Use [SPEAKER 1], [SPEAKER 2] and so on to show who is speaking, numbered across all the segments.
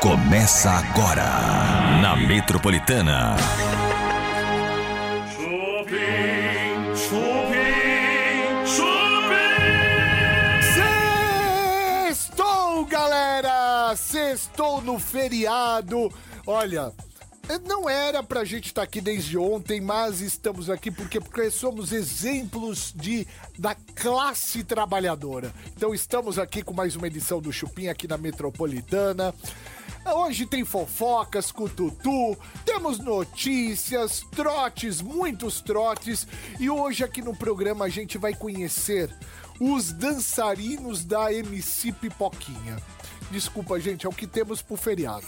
[SPEAKER 1] Começa agora na Metropolitana.
[SPEAKER 2] Chupim, chupim, chupim.
[SPEAKER 3] Sextou, galera! Sextou no feriado. Olha, não era pra gente estar aqui desde ontem, mas estamos aqui porque, porque somos exemplos de, da classe trabalhadora. Então estamos aqui com mais uma edição do Chupim aqui na Metropolitana. Hoje tem fofocas, cututu, temos notícias, trotes, muitos trotes. E hoje aqui no programa a gente vai conhecer os dançarinos da MC Pipoquinha. Desculpa, gente, é o que temos pro feriado.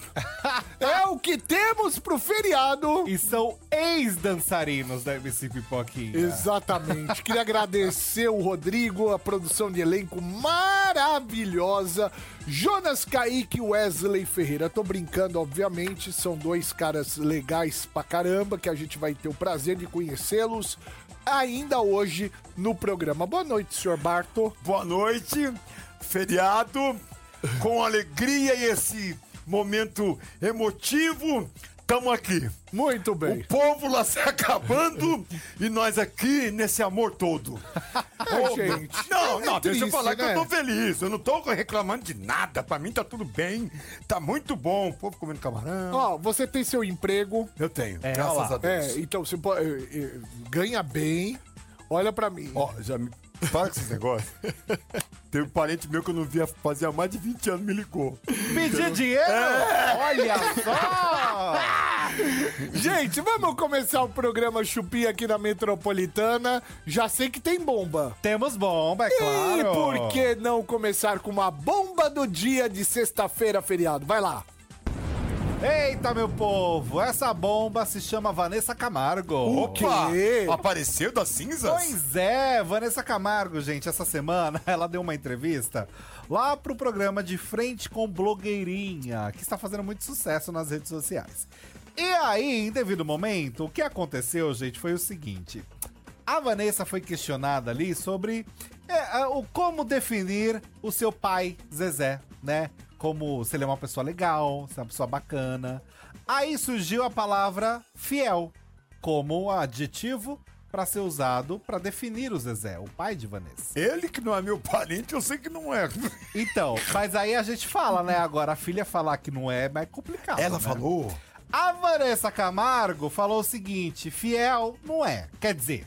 [SPEAKER 3] é o que temos pro feriado.
[SPEAKER 4] E são ex-dançarinos da MC Pipoquinha.
[SPEAKER 3] Exatamente. Queria agradecer o Rodrigo, a produção de elenco maravilhosa. Jonas Kaique e Wesley Ferreira. Tô brincando, obviamente. São dois caras legais pra caramba que a gente vai ter o prazer de conhecê-los ainda hoje no programa. Boa noite, senhor Barto.
[SPEAKER 5] Boa noite, feriado, com alegria e esse momento emotivo. Estamos aqui.
[SPEAKER 3] Muito bem.
[SPEAKER 5] O povo lá se acabando e nós aqui nesse amor todo.
[SPEAKER 3] Ô, gente.
[SPEAKER 5] Não, não,
[SPEAKER 3] é
[SPEAKER 5] deixa eu
[SPEAKER 3] triste,
[SPEAKER 5] falar que
[SPEAKER 3] né?
[SPEAKER 5] eu tô feliz. Eu não tô reclamando de nada. Pra mim tá tudo bem. Tá muito bom. O povo comendo camarão.
[SPEAKER 3] Ó, você tem seu emprego.
[SPEAKER 5] Eu tenho,
[SPEAKER 4] É,
[SPEAKER 5] graças
[SPEAKER 4] ó lá.
[SPEAKER 5] a Deus.
[SPEAKER 3] É, então você pode, eh, eh, ganha bem. Olha pra mim.
[SPEAKER 5] Ó, já me. Para com esses negócios. Tem um parente meu que eu não via fazia mais de 20 anos, me ligou.
[SPEAKER 3] Então,
[SPEAKER 4] Pedir dinheiro?
[SPEAKER 3] É,
[SPEAKER 4] Olha só!
[SPEAKER 3] Gente, vamos começar o programa Chupim aqui na Metropolitana. Já sei que tem bomba.
[SPEAKER 4] Temos bomba, é claro.
[SPEAKER 3] E por que não começar com uma bomba do dia de sexta-feira, feriado? Vai lá.
[SPEAKER 4] Eita, meu povo, essa bomba se chama Vanessa Camargo.
[SPEAKER 5] Opa!
[SPEAKER 3] quê?
[SPEAKER 5] Apareceu das cinzas?
[SPEAKER 4] Pois é, Vanessa Camargo, gente, essa semana ela deu uma entrevista lá pro programa de Frente com Blogueirinha, que está fazendo muito sucesso nas redes sociais. E aí, em devido momento, o que aconteceu, gente, foi o seguinte. A Vanessa foi questionada ali sobre é, a- o como definir o seu pai Zezé, né? Como se ele é uma pessoa legal, se é uma pessoa bacana. Aí surgiu a palavra fiel como adjetivo para ser usado para definir o Zezé, o pai de Vanessa.
[SPEAKER 5] Ele que não é meu parente, eu sei que não é.
[SPEAKER 4] Então, mas aí a gente fala, né? Agora a filha falar que não é, é mais complicado. né?
[SPEAKER 5] falou.
[SPEAKER 4] A Vanessa Camargo falou o seguinte: fiel não é. Quer dizer,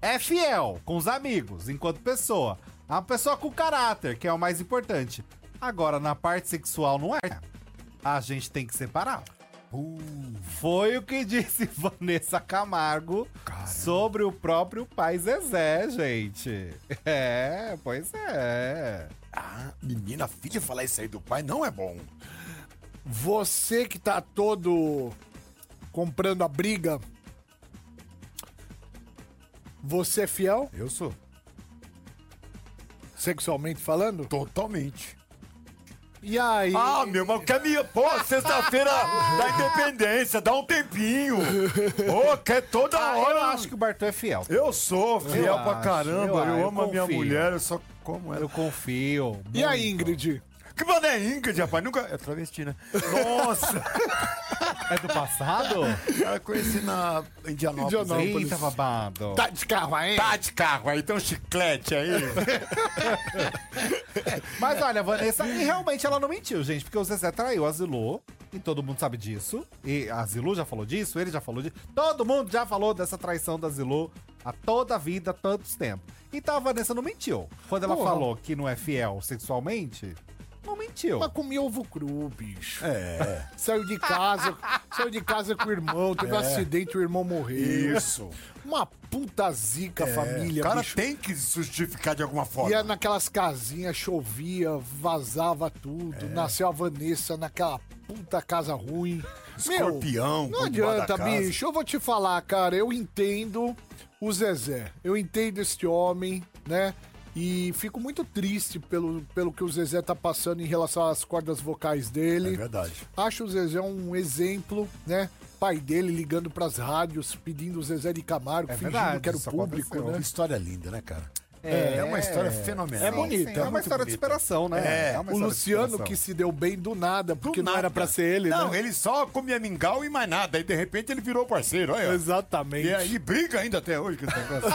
[SPEAKER 4] é fiel com os amigos, enquanto pessoa. É uma pessoa com caráter, que é o mais importante. Agora, na parte sexual, não é. A gente tem que separar. Uh. Foi o que disse Vanessa Camargo sobre o próprio pai Zezé, gente. É, pois é.
[SPEAKER 5] Ah, menina, a filha falar isso aí do pai não é bom.
[SPEAKER 3] Você que tá todo comprando a briga. Você é fiel,
[SPEAKER 5] Eu sou.
[SPEAKER 3] sexualmente falando?
[SPEAKER 5] Totalmente.
[SPEAKER 3] E aí?
[SPEAKER 5] Ah, meu irmão, quer me. Pô, sexta-feira da independência, dá um tempinho. Pô, quer toda
[SPEAKER 4] Ah,
[SPEAKER 5] hora.
[SPEAKER 4] eu acho que o Bartô é fiel.
[SPEAKER 5] Eu sou fiel
[SPEAKER 4] Eu
[SPEAKER 5] pra
[SPEAKER 4] acho,
[SPEAKER 5] caramba,
[SPEAKER 4] eu-
[SPEAKER 5] eu,
[SPEAKER 4] eu
[SPEAKER 5] amo a minha
[SPEAKER 4] confio.
[SPEAKER 5] mulher, eu só como ela.
[SPEAKER 4] Eu confio.
[SPEAKER 3] e a
[SPEAKER 4] muito.
[SPEAKER 3] Ingrid?
[SPEAKER 5] Que mano é Ingrid, rapaz? Nunca. É travesti, né? Nossa!
[SPEAKER 4] É do passado?
[SPEAKER 5] eu conheci na Indianópolis.
[SPEAKER 3] Indianópolis.
[SPEAKER 4] Eita, babado.
[SPEAKER 3] Tá de carro aí?
[SPEAKER 5] Tá de carro aí, tem um chiclete aí.
[SPEAKER 4] Mas olha, Vanessa, e realmente ela não mentiu, gente, porque o Zezé traiu a Zilu, e todo mundo sabe disso. E a Zilu já falou disso, ele já falou disso. Todo mundo já falou dessa traição da Zilu há toda a vida, há tantos tempos. Então a Vanessa não mentiu. Quando ela
[SPEAKER 3] Porra.
[SPEAKER 4] falou que não é fiel sexualmente, não mentiu.
[SPEAKER 3] Mas comi ovo cru, bicho. É. Saiu de casa, saiu de casa com o irmão, teve
[SPEAKER 5] É.
[SPEAKER 3] um acidente, o irmão morreu.
[SPEAKER 5] Isso.
[SPEAKER 3] Uma puta zica, a é. família,
[SPEAKER 5] o É. cara
[SPEAKER 3] bicho. é,
[SPEAKER 5] tem que se justificar de alguma forma.
[SPEAKER 3] Ia naquelas casinhas, chovia, vazava
[SPEAKER 5] É.
[SPEAKER 3] tudo. Nasceu a Vanessa naquela puta casa ruim. Meu,
[SPEAKER 5] Escorpião,
[SPEAKER 3] não
[SPEAKER 5] quando
[SPEAKER 3] adianta,
[SPEAKER 5] guarda a casa.
[SPEAKER 3] bicho. Eu vou te falar, cara. Eu entendo o Zezé. Eu entendo este homem, né? E fico muito triste pelo, pelo que o Zezé tá passando em relação às cordas vocais dele.
[SPEAKER 5] É verdade.
[SPEAKER 3] Acho o Zezé um exemplo, né? Pai dele ligando pras rádios, pedindo o Zezé de Camargo, fingindo
[SPEAKER 4] É verdade,
[SPEAKER 3] que era o
[SPEAKER 4] isso
[SPEAKER 3] público,
[SPEAKER 4] aconteceu.
[SPEAKER 3] né?
[SPEAKER 5] história linda, né, cara? É, uma história fenomenal.
[SPEAKER 3] É bonita,
[SPEAKER 4] É
[SPEAKER 3] é
[SPEAKER 4] uma
[SPEAKER 3] muito
[SPEAKER 4] história de superação, né? uma
[SPEAKER 5] É,
[SPEAKER 3] O
[SPEAKER 4] história de
[SPEAKER 3] Luciano
[SPEAKER 4] superação.
[SPEAKER 3] que se deu bem do nada, porque não
[SPEAKER 5] nada.
[SPEAKER 3] era pra ser ele,
[SPEAKER 5] Não,
[SPEAKER 3] né?
[SPEAKER 5] ele só comia mingau e mais nada. E de repente ele virou parceiro,
[SPEAKER 3] é.
[SPEAKER 5] olha.
[SPEAKER 3] Exatamente.
[SPEAKER 5] E aí briga ainda até hoje com esse negócio.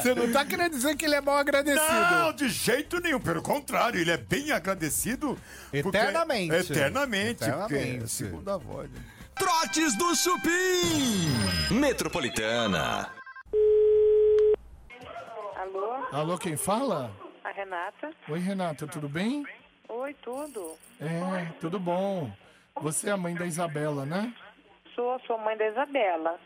[SPEAKER 3] Você não tá querendo dizer que ele é mal agradecido.
[SPEAKER 5] Não, de jeito nenhum. Pelo contrário, ele é bem agradecido. porque-
[SPEAKER 4] Eternamente.
[SPEAKER 5] Eternamente. porque
[SPEAKER 4] Eternamente.
[SPEAKER 5] é a segunda voz. né?
[SPEAKER 1] Trotes do Chupim. Metropolitana.
[SPEAKER 6] Alô,
[SPEAKER 3] Alô, quem fala?
[SPEAKER 6] a Renata.
[SPEAKER 3] Oi, Renata, tudo bem?
[SPEAKER 6] Oi, tudo.
[SPEAKER 3] É, tudo bom. Você é a mãe da Isabela, né? É.
[SPEAKER 6] Sou, sou mãe da Isabela.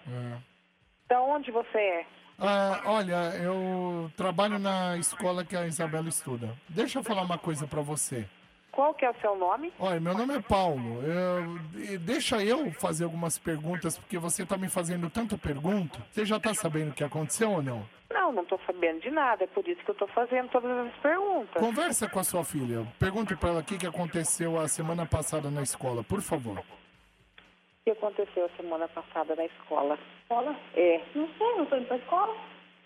[SPEAKER 6] Da onde você é?
[SPEAKER 3] Ah, olha, eu trabalho na escola que a Isabela estuda. Deixa eu falar uma coisa pra você.
[SPEAKER 6] Qual que é o seu nome?
[SPEAKER 3] Olha, meu nome é Paulo. Eu- e deixa eu fazer algumas perguntas, porque você tá me fazendo tanta pergunta. Você já tá sabendo o que aconteceu ou não?
[SPEAKER 6] Não, não tô sabendo de nada. É por isso que eu tô fazendo todas as perguntas.
[SPEAKER 3] Conversa com a sua filha. Pergunte pra ela o que, que aconteceu a semana passada na escola, por favor.
[SPEAKER 6] O que aconteceu a semana passada na escola? Escola? É. Não sei, não tô indo pra escola.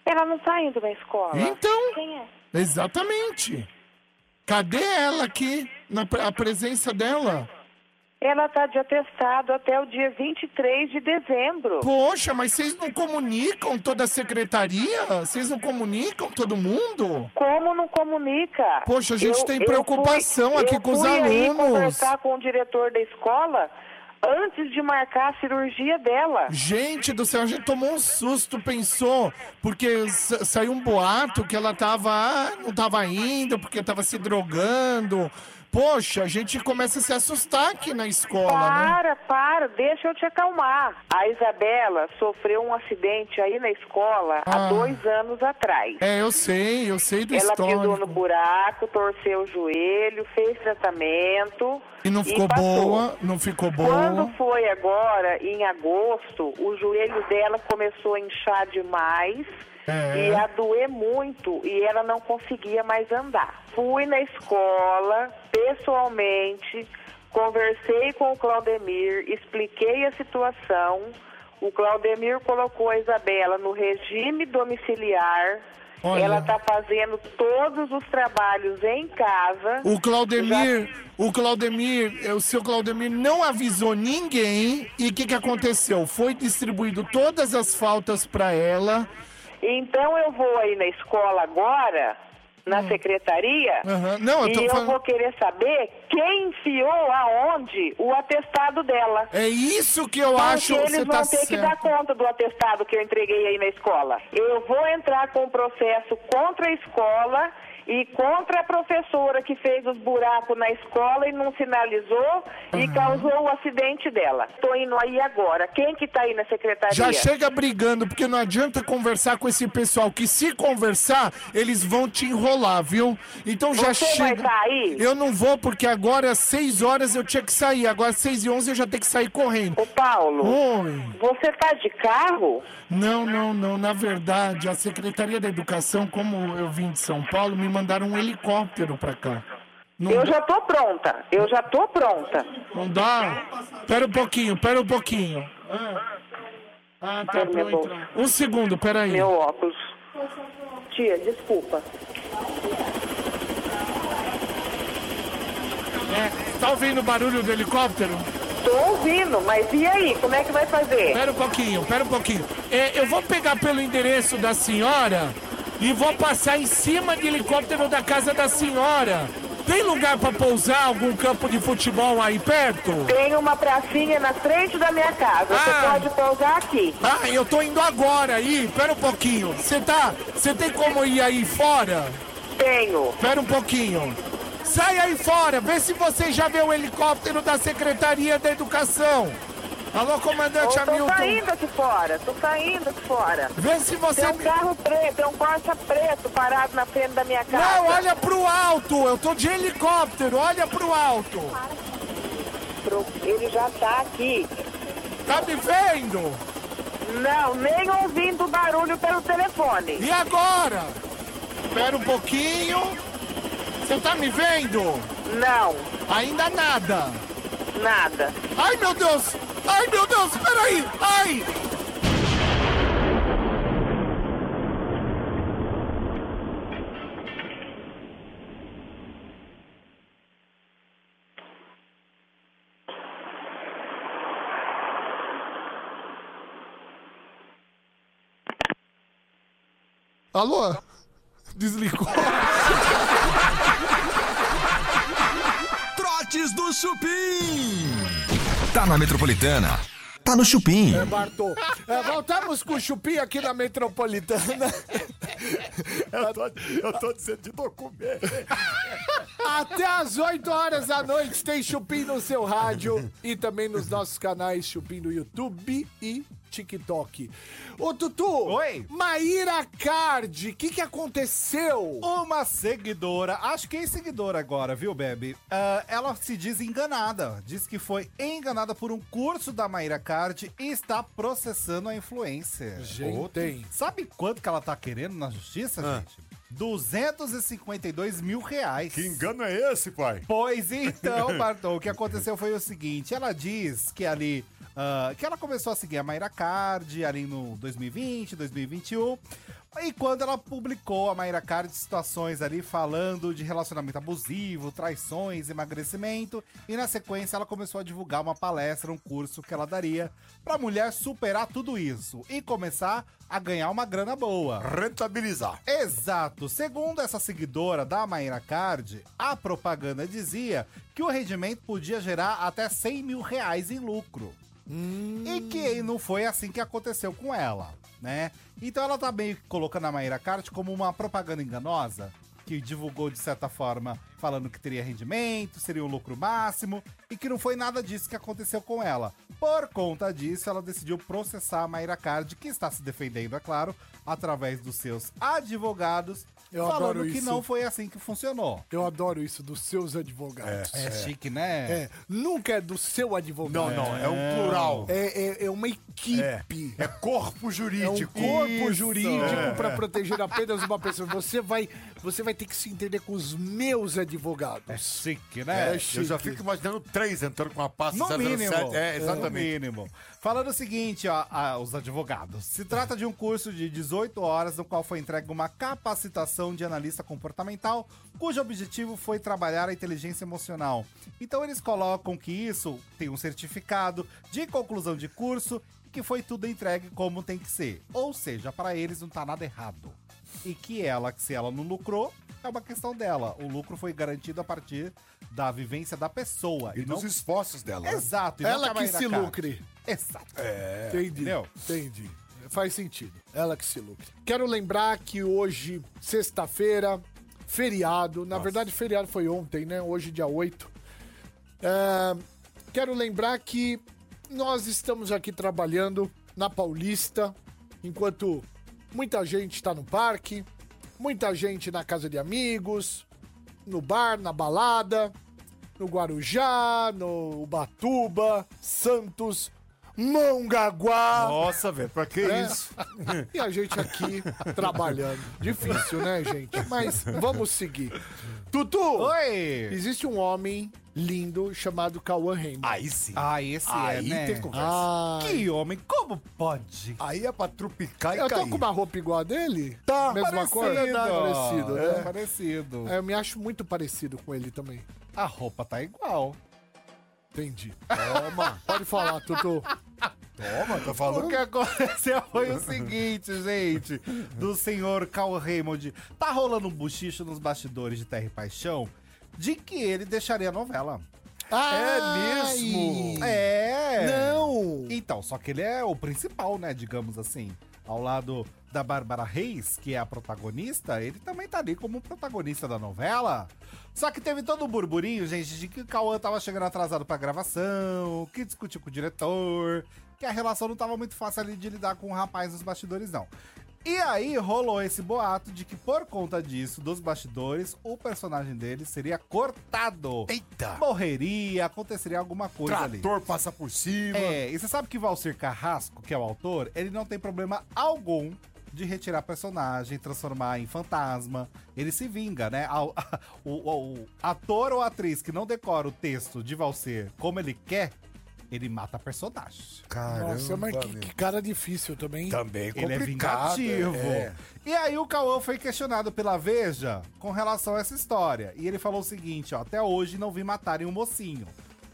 [SPEAKER 6] Ela não tá indo na escola.
[SPEAKER 3] Então,
[SPEAKER 6] Quem é?
[SPEAKER 3] exatamente. Cadê ela aqui? Na, pre- a presença dela?
[SPEAKER 6] Ela tá de atestado até o dia 23 de dezembro.
[SPEAKER 3] Poxa, mas vocês não comunicam toda a secretaria? Vocês não comunicam todo mundo?
[SPEAKER 6] Como não comunica?
[SPEAKER 3] Poxa, a gente tem preocupação
[SPEAKER 6] fui-
[SPEAKER 3] aqui
[SPEAKER 6] eu
[SPEAKER 3] com os
[SPEAKER 6] fui aí
[SPEAKER 3] alunos.
[SPEAKER 6] conversar com o diretor da escola antes de marcar a cirurgia dela.
[SPEAKER 3] Gente do céu, a gente tomou um susto, pensou, porque sa- saiu um boato que ela tava, ah, não tava indo, porque tava se drogando. Poxa, a gente começa a se assustar aqui na escola, né?
[SPEAKER 6] Para, para, deixa eu te acalmar. A Isabela sofreu um acidente aí na escola
[SPEAKER 3] Ah.
[SPEAKER 6] há dois anos atrás.
[SPEAKER 3] É, eu sei, eu sei do
[SPEAKER 6] Ela pisou no
[SPEAKER 3] histórico.
[SPEAKER 6] buraco, torceu o joelho, fez tratamento.
[SPEAKER 3] E não ficou
[SPEAKER 6] passou.
[SPEAKER 3] boa, não ficou
[SPEAKER 6] Quando
[SPEAKER 3] boa.
[SPEAKER 6] foi agora, em agosto, o joelho dela começou a inchar demais
[SPEAKER 3] É.
[SPEAKER 6] e a doer muito e ela não conseguia mais andar. Fui na escola, pessoalmente, conversei com o Claudemir, expliquei a situação. O Claudemir colocou a Isabela no regime domiciliar.
[SPEAKER 3] Olha.
[SPEAKER 6] Ela está tá fazendo todos os trabalhos em casa.
[SPEAKER 3] O Claudemir, o Claudemir, eh, o seu Claudemir não avisou ninguém. E o que, que aconteceu? Foi distribuído todas as faltas para ela.
[SPEAKER 6] Então eu vou aí na escola agora, na secretaria,
[SPEAKER 3] Hum. Aham. Não, eu tô
[SPEAKER 6] e eu
[SPEAKER 3] falando-
[SPEAKER 6] vou querer saber quem enfiou aonde o atestado dela.
[SPEAKER 3] É isso que eu acho
[SPEAKER 6] Porque
[SPEAKER 3] que
[SPEAKER 6] eles
[SPEAKER 3] você
[SPEAKER 6] vão
[SPEAKER 3] tá
[SPEAKER 6] ter que dar
[SPEAKER 3] certo.
[SPEAKER 6] conta do atestado que eu entreguei aí na escola. Eu vou entrar com um processo contra a escola e contra a professora que fez os buracos na escola e não sinalizou e causou o acidente dela. Tô indo aí agora. Quem que tá aí na secretaria?
[SPEAKER 3] Já chega brigando, porque não adianta conversar com esse pessoal, que se conversar, eles vão te enrolar, viu? Então já
[SPEAKER 6] Você vai
[SPEAKER 3] chega.
[SPEAKER 6] tá aí?
[SPEAKER 3] Eu não vou, porque agora às 6 horas eu tinha que sair. Agora às 6 e 11 eu já tenho que sair correndo.
[SPEAKER 6] Ô Paulo.
[SPEAKER 3] Oi.
[SPEAKER 6] Você tá de carro?
[SPEAKER 3] Não, não, não. Na verdade, a Secretaria da Educação, como eu vim de São Paulo, me mandaram um helicóptero pra cá. Não,
[SPEAKER 6] Eu
[SPEAKER 3] dá-
[SPEAKER 6] já tô pronta. Eu já tô pronta.
[SPEAKER 3] não dá? Pera um pouquinho, pera um pouquinho. Ah, ah tá, pra eu entrar. Um segundo, peraí.
[SPEAKER 6] Meu óculos. Tia, desculpa.
[SPEAKER 3] É, tá ouvindo o barulho do helicóptero?
[SPEAKER 6] Tô ouvindo, mas e aí? Como é que vai fazer?
[SPEAKER 3] Pera um pouquinho, pera um pouquinho. É, eu vou pegar pelo endereço da senhora e vou passar em cima de helicóptero da casa da senhora. Tem lugar pra pousar algum campo de futebol aí perto?
[SPEAKER 6] Tem uma pracinha na frente da minha casa.
[SPEAKER 3] Ah.
[SPEAKER 6] Você pode pousar aqui.
[SPEAKER 3] Ah, eu tô indo agora aí. Pera um pouquinho. Você tá? Você tem como ir aí fora?
[SPEAKER 6] Tenho.
[SPEAKER 3] Pera um pouquinho. Sai aí fora, vê se você já vê o helicóptero da Secretaria da Educação. Alô,
[SPEAKER 6] Eu
[SPEAKER 3] comandante
[SPEAKER 6] tô
[SPEAKER 3] Hamilton.
[SPEAKER 6] saindo aqui fora. Tô saindo aqui fora.
[SPEAKER 3] Vê se você
[SPEAKER 6] Tem um
[SPEAKER 3] me-
[SPEAKER 6] carro preto, tem um Corsa preto parado na frente da minha casa.
[SPEAKER 3] Não, olha pro alto! Eu tô de helicóptero, olha pro alto!
[SPEAKER 6] Pro- Ele já tá aqui.
[SPEAKER 3] Tá me vendo?
[SPEAKER 6] Não, nem ouvindo o barulho pelo telefone.
[SPEAKER 3] E agora? Espera um pouquinho. Você tá me vendo?
[SPEAKER 6] Não,
[SPEAKER 3] Ainda nada.
[SPEAKER 6] nada.
[SPEAKER 3] Ai, meu Deus! Ai, meu Deus, peraí! Ai! Alô? Desligou.
[SPEAKER 1] Trotes do Chupim. Tá na Metropolitana. Tá no Chupim.
[SPEAKER 3] É, Bartô. É, voltamos com o Chupim aqui na Metropolitana.
[SPEAKER 5] Eu tô, eu tô dizendo de documento.
[SPEAKER 3] Até às 8 horas da noite tem Chupim no seu rádio e também nos nossos canais Chupim no YouTube e TikTok. Ô, Tutu.
[SPEAKER 4] Oi.
[SPEAKER 3] Maíra Card, o que, que aconteceu?
[SPEAKER 4] Uma seguidora, acho que é seguidora agora, viu, Bebe? Ah, ela se diz enganada. Diz que foi enganada por um curso da Mayra Card e está processando a influencer.
[SPEAKER 3] Gente.
[SPEAKER 4] Sabe quanto que ela tá querendo na justiça,
[SPEAKER 5] Ah.
[SPEAKER 4] gente? 252 mil reais.
[SPEAKER 5] Que engano é esse, pai?
[SPEAKER 4] Pois então, Bartol, o que aconteceu foi o seguinte: ela diz que ali. ah, que ela começou a seguir a Mayra Card ali no 2020, 2021. E quando ela publicou a Mayra Card situações ali falando de relacionamento abusivo, traições, emagrecimento. E na sequência ela começou a divulgar uma palestra, um curso que ela daria pra mulher superar tudo isso e começar a ganhar uma grana boa.
[SPEAKER 5] Rentabilizar.
[SPEAKER 4] Exato. Segundo essa seguidora da Mayra Card, a propaganda dizia que o rendimento podia gerar até 100 mil reais em lucro. E que não foi assim que aconteceu com ela, né? Então ela tá meio que colocando a Mayra Card como uma propaganda enganosa, que divulgou de certa forma falando que teria rendimento, seria o lucro máximo, e que não foi nada disso que aconteceu com ela. Por conta disso, ela decidiu processar a Mayra Card, que está se defendendo, é claro, através dos seus advogados,
[SPEAKER 3] Eu
[SPEAKER 4] falando
[SPEAKER 3] adoro
[SPEAKER 4] que
[SPEAKER 3] isso.
[SPEAKER 4] não foi assim que funcionou.
[SPEAKER 3] Eu adoro isso dos seus advogados.
[SPEAKER 4] É, chique, né?
[SPEAKER 3] É, nunca é do seu
[SPEAKER 5] Não,
[SPEAKER 3] advogado.
[SPEAKER 5] não, é um plural.
[SPEAKER 3] É, é- é uma
[SPEAKER 5] É,
[SPEAKER 3] equipe.
[SPEAKER 5] é corpo
[SPEAKER 3] É um
[SPEAKER 5] jurídico. É.
[SPEAKER 3] corpo
[SPEAKER 4] Isso.
[SPEAKER 3] jurídico pra proteger apenas uma pessoa. Você vai, você vai ter que se entender com os meus advogados.
[SPEAKER 4] Chique,
[SPEAKER 5] É,
[SPEAKER 4] né?
[SPEAKER 5] eu já fico imaginando três entrando com uma pasta
[SPEAKER 4] No
[SPEAKER 5] 007.
[SPEAKER 4] mínimo.
[SPEAKER 5] É, exatamente.
[SPEAKER 4] No mínimo. Falando o seguinte, ó, a- os advogados. Se trata de um curso de 18 horas, no qual foi entregue uma capacitação de analista comportamental, cujo objetivo foi trabalhar a inteligência emocional. Então eles colocam que isso tem um certificado de conclusão de curso e que foi tudo entregue como tem que ser. Ou seja, para eles não tá nada errado. E que ela, se ela não lucrou, é uma questão dela. O lucro foi garantido a partir da vivência da pessoa.
[SPEAKER 5] E dos esforços dela. né?
[SPEAKER 4] Exato. e não
[SPEAKER 3] Né? Ela
[SPEAKER 4] trabalha
[SPEAKER 3] que
[SPEAKER 4] na
[SPEAKER 3] se
[SPEAKER 4] cara.
[SPEAKER 3] lucre. É.
[SPEAKER 4] Exato.
[SPEAKER 3] Entendi.
[SPEAKER 4] entendeu?
[SPEAKER 3] Entendi. Faz sentido. Ela que se lucre. Quero lembrar que hoje, sexta-feira, feriado. Na verdade, feriado foi ontem, né? Hoje, dia 8. É, quero lembrar que nós estamos aqui trabalhando na Paulista, enquanto muita gente está no parque, muita gente na casa de amigos, no bar, na balada, no Guarujá, no Ubatuba, Santos, Mongaguá.
[SPEAKER 5] Nossa, velho, pra que
[SPEAKER 3] É.
[SPEAKER 5] isso?
[SPEAKER 3] E a gente aqui trabalhando. Difícil, né, gente? Mas vamos seguir. Tutu,
[SPEAKER 4] Oi!
[SPEAKER 3] existe um homem lindo chamado Cauã Raymond.
[SPEAKER 5] Aí sim.
[SPEAKER 4] Ah, esse é,
[SPEAKER 5] Aí
[SPEAKER 4] né?
[SPEAKER 5] tem conversa.
[SPEAKER 3] Ah,
[SPEAKER 4] Que homem, como pode?
[SPEAKER 5] Aí é pra trupicar e
[SPEAKER 3] eu tô
[SPEAKER 5] cair.
[SPEAKER 3] com uma roupa igual a dele?
[SPEAKER 5] Tá,
[SPEAKER 3] mesma
[SPEAKER 4] parecido,
[SPEAKER 3] cor? Parecido,
[SPEAKER 4] é,
[SPEAKER 3] né?
[SPEAKER 4] parecido.
[SPEAKER 3] É, Eu me acho muito parecido com ele também.
[SPEAKER 4] A roupa tá igual.
[SPEAKER 3] Entendi. Pode falar, Tutu.
[SPEAKER 5] Toma, tô
[SPEAKER 3] Uhum.
[SPEAKER 4] O
[SPEAKER 5] falando.
[SPEAKER 4] que aconteceu foi o seguinte, gente, do senhor Carl Raymond. Tá rolando um buchicho nos bastidores de Terra e Paixão de que ele deixaria a novela.
[SPEAKER 3] Ah,
[SPEAKER 5] É mesmo?
[SPEAKER 4] É!
[SPEAKER 3] Não!
[SPEAKER 4] Então, só que ele é o principal, né, digamos assim. Ao lado da Bárbara Reis, que é a protagonista, ele também tá ali como protagonista da novela. Só que teve todo um burburinho, gente, de que o Cauã tava chegando atrasado pra gravação, que discutiu com o diretor, que a relação não tava muito fácil ali de lidar com o rapaz nos bastidores, não. E aí rolou esse boato de que por conta disso, dos bastidores, o personagem dele seria cortado.
[SPEAKER 7] Tá.
[SPEAKER 5] Eita!
[SPEAKER 4] Morreria, aconteceria alguma coisa ali.
[SPEAKER 5] Trator passa por cima.
[SPEAKER 4] É, e você sabe que Valcir Carrasco, que é o autor, ele não tem problema algum de retirar personagem, transformar em fantasma. Ele se vinga, né? Ao- O, o- o ator ou atriz que não decora o texto de Valcir como ele quer, ele mata personagem.
[SPEAKER 5] Caramba, Tá.
[SPEAKER 3] Nossa, mas que,
[SPEAKER 5] meu.
[SPEAKER 3] que cara difícil também.
[SPEAKER 5] Também
[SPEAKER 4] Ele é
[SPEAKER 5] complicado.
[SPEAKER 4] vingativo.
[SPEAKER 5] é.
[SPEAKER 4] E aí o Cauã foi questionado pela Veja com relação a essa história. E ele falou o seguinte, ó, até hoje não vi matarem um mocinho.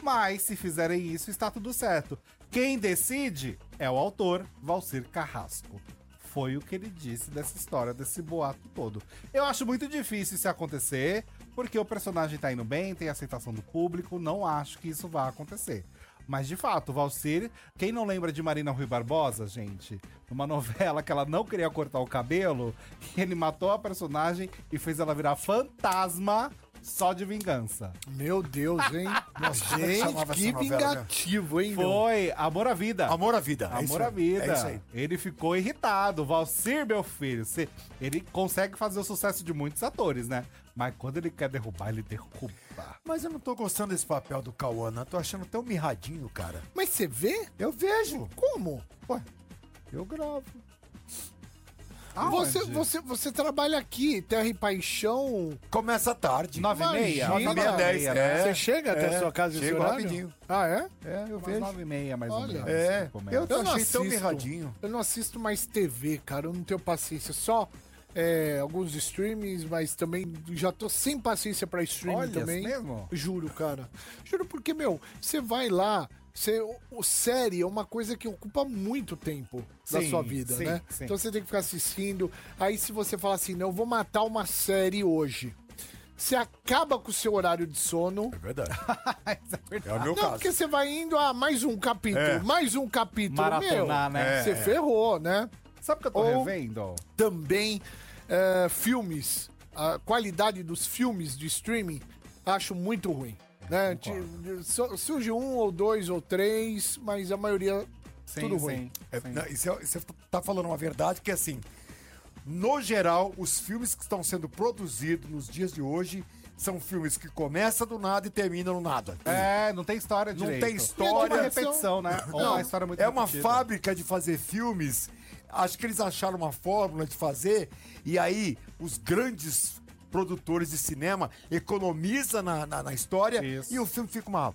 [SPEAKER 4] Mas se fizerem isso, está tudo certo. Quem decide é o autor, Valcir Carrasco. foi o que ele disse dessa história, desse boato todo. Eu acho muito difícil isso acontecer, porque o personagem tá indo bem, tem aceitação do público, não acho que isso vá acontecer. Mas de fato, Valsir, quem não lembra de Marina Rui Barbosa, gente? Numa novela que ela não queria cortar o cabelo, ele matou a personagem e fez ela virar fantasma só de vingança.
[SPEAKER 3] Meu Deus, hein? gente,
[SPEAKER 5] é chamava
[SPEAKER 3] que
[SPEAKER 5] essa novela, né?
[SPEAKER 3] vingativo, hein? meu?
[SPEAKER 4] Foi Amor à Vida.
[SPEAKER 5] Amor à vida. É isso
[SPEAKER 4] Amor
[SPEAKER 5] aí.
[SPEAKER 4] à vida.
[SPEAKER 5] É isso aí.
[SPEAKER 4] Ele ficou irritado. Valsir, meu filho, você- ele consegue fazer o sucesso de muitos atores, né? Mas quando ele quer derrubar, ele derruba.
[SPEAKER 5] Mas eu não tô gostando desse papel do Cauã, não. Eu Tô achando tão mirradinho, cara.
[SPEAKER 3] Mas você vê?
[SPEAKER 5] Eu vejo.
[SPEAKER 3] Como?
[SPEAKER 5] Eu gravo. Ah,
[SPEAKER 3] Você, você, você trabalha aqui, Terra e Paixão.
[SPEAKER 5] Começa tarde.
[SPEAKER 4] Nove e meia?
[SPEAKER 5] Nove e
[SPEAKER 4] Nove
[SPEAKER 5] meia, dez.
[SPEAKER 4] né?
[SPEAKER 5] é.
[SPEAKER 3] você chega até
[SPEAKER 5] é,
[SPEAKER 3] a sua casa esse
[SPEAKER 5] chego
[SPEAKER 3] horário?
[SPEAKER 5] rapidinho.
[SPEAKER 3] Ah, é?
[SPEAKER 5] É, eu
[SPEAKER 4] Umas
[SPEAKER 5] vejo.
[SPEAKER 4] nove e meia, mais ou
[SPEAKER 3] Olha.
[SPEAKER 4] menos.
[SPEAKER 5] É,
[SPEAKER 4] começa.
[SPEAKER 5] eu tô
[SPEAKER 3] Eu não
[SPEAKER 5] achei tão
[SPEAKER 3] assisto.
[SPEAKER 5] mirradinho.
[SPEAKER 3] Eu não assisto mais TV, cara. Eu não tenho paciência. Só é, alguns streamings, mas também já tô sem paciência pra streaming
[SPEAKER 4] Olha,
[SPEAKER 3] também.
[SPEAKER 4] é mesmo?
[SPEAKER 3] Juro, cara. Juro porque, meu, você vai lá. Você, o- o série é uma coisa que ocupa muito tempo da
[SPEAKER 4] Sim,
[SPEAKER 3] sua vida,
[SPEAKER 4] sim,
[SPEAKER 3] né?
[SPEAKER 4] sim.
[SPEAKER 3] Então você tem que ficar assistindo. Aí se você fala assim, não, eu vou matar uma série hoje. Você acaba com o seu horário de sono.
[SPEAKER 5] É verdade. é o meu
[SPEAKER 3] Não,
[SPEAKER 5] caso.
[SPEAKER 3] porque você vai indo a mais um capítulo,
[SPEAKER 5] É.
[SPEAKER 3] mais um capítulo.
[SPEAKER 4] Maratonar,
[SPEAKER 3] meu,
[SPEAKER 4] né?
[SPEAKER 3] Você ferrou, né?
[SPEAKER 4] Sabe o que eu tô
[SPEAKER 3] Ou-
[SPEAKER 4] revendo?
[SPEAKER 3] Também é, filmes. A qualidade dos filmes de streaming acho muito ruim. Né? Ti- so- Surge um ou dois ou três, mas a maioria
[SPEAKER 4] Sim,
[SPEAKER 3] tudo
[SPEAKER 4] sim,
[SPEAKER 3] ruim.
[SPEAKER 5] É,
[SPEAKER 4] sim.
[SPEAKER 5] não, isso é- você tá falando uma verdade que, assim, no geral, os filmes que estão sendo produzidos nos dias de hoje são filmes que começam do nada e terminam no nada.
[SPEAKER 4] É, não tem história
[SPEAKER 5] Não
[SPEAKER 4] direito.
[SPEAKER 5] tem
[SPEAKER 4] Ou uma
[SPEAKER 5] história.
[SPEAKER 4] repetição, né? Ou uma história muito
[SPEAKER 5] é uma
[SPEAKER 4] repetida.
[SPEAKER 5] fábrica de fazer filmes. Acho que eles acharam uma fórmula de fazer e aí os grandes produtores de cinema economizam na, na, na história
[SPEAKER 4] Isso.
[SPEAKER 5] e o filme fica uma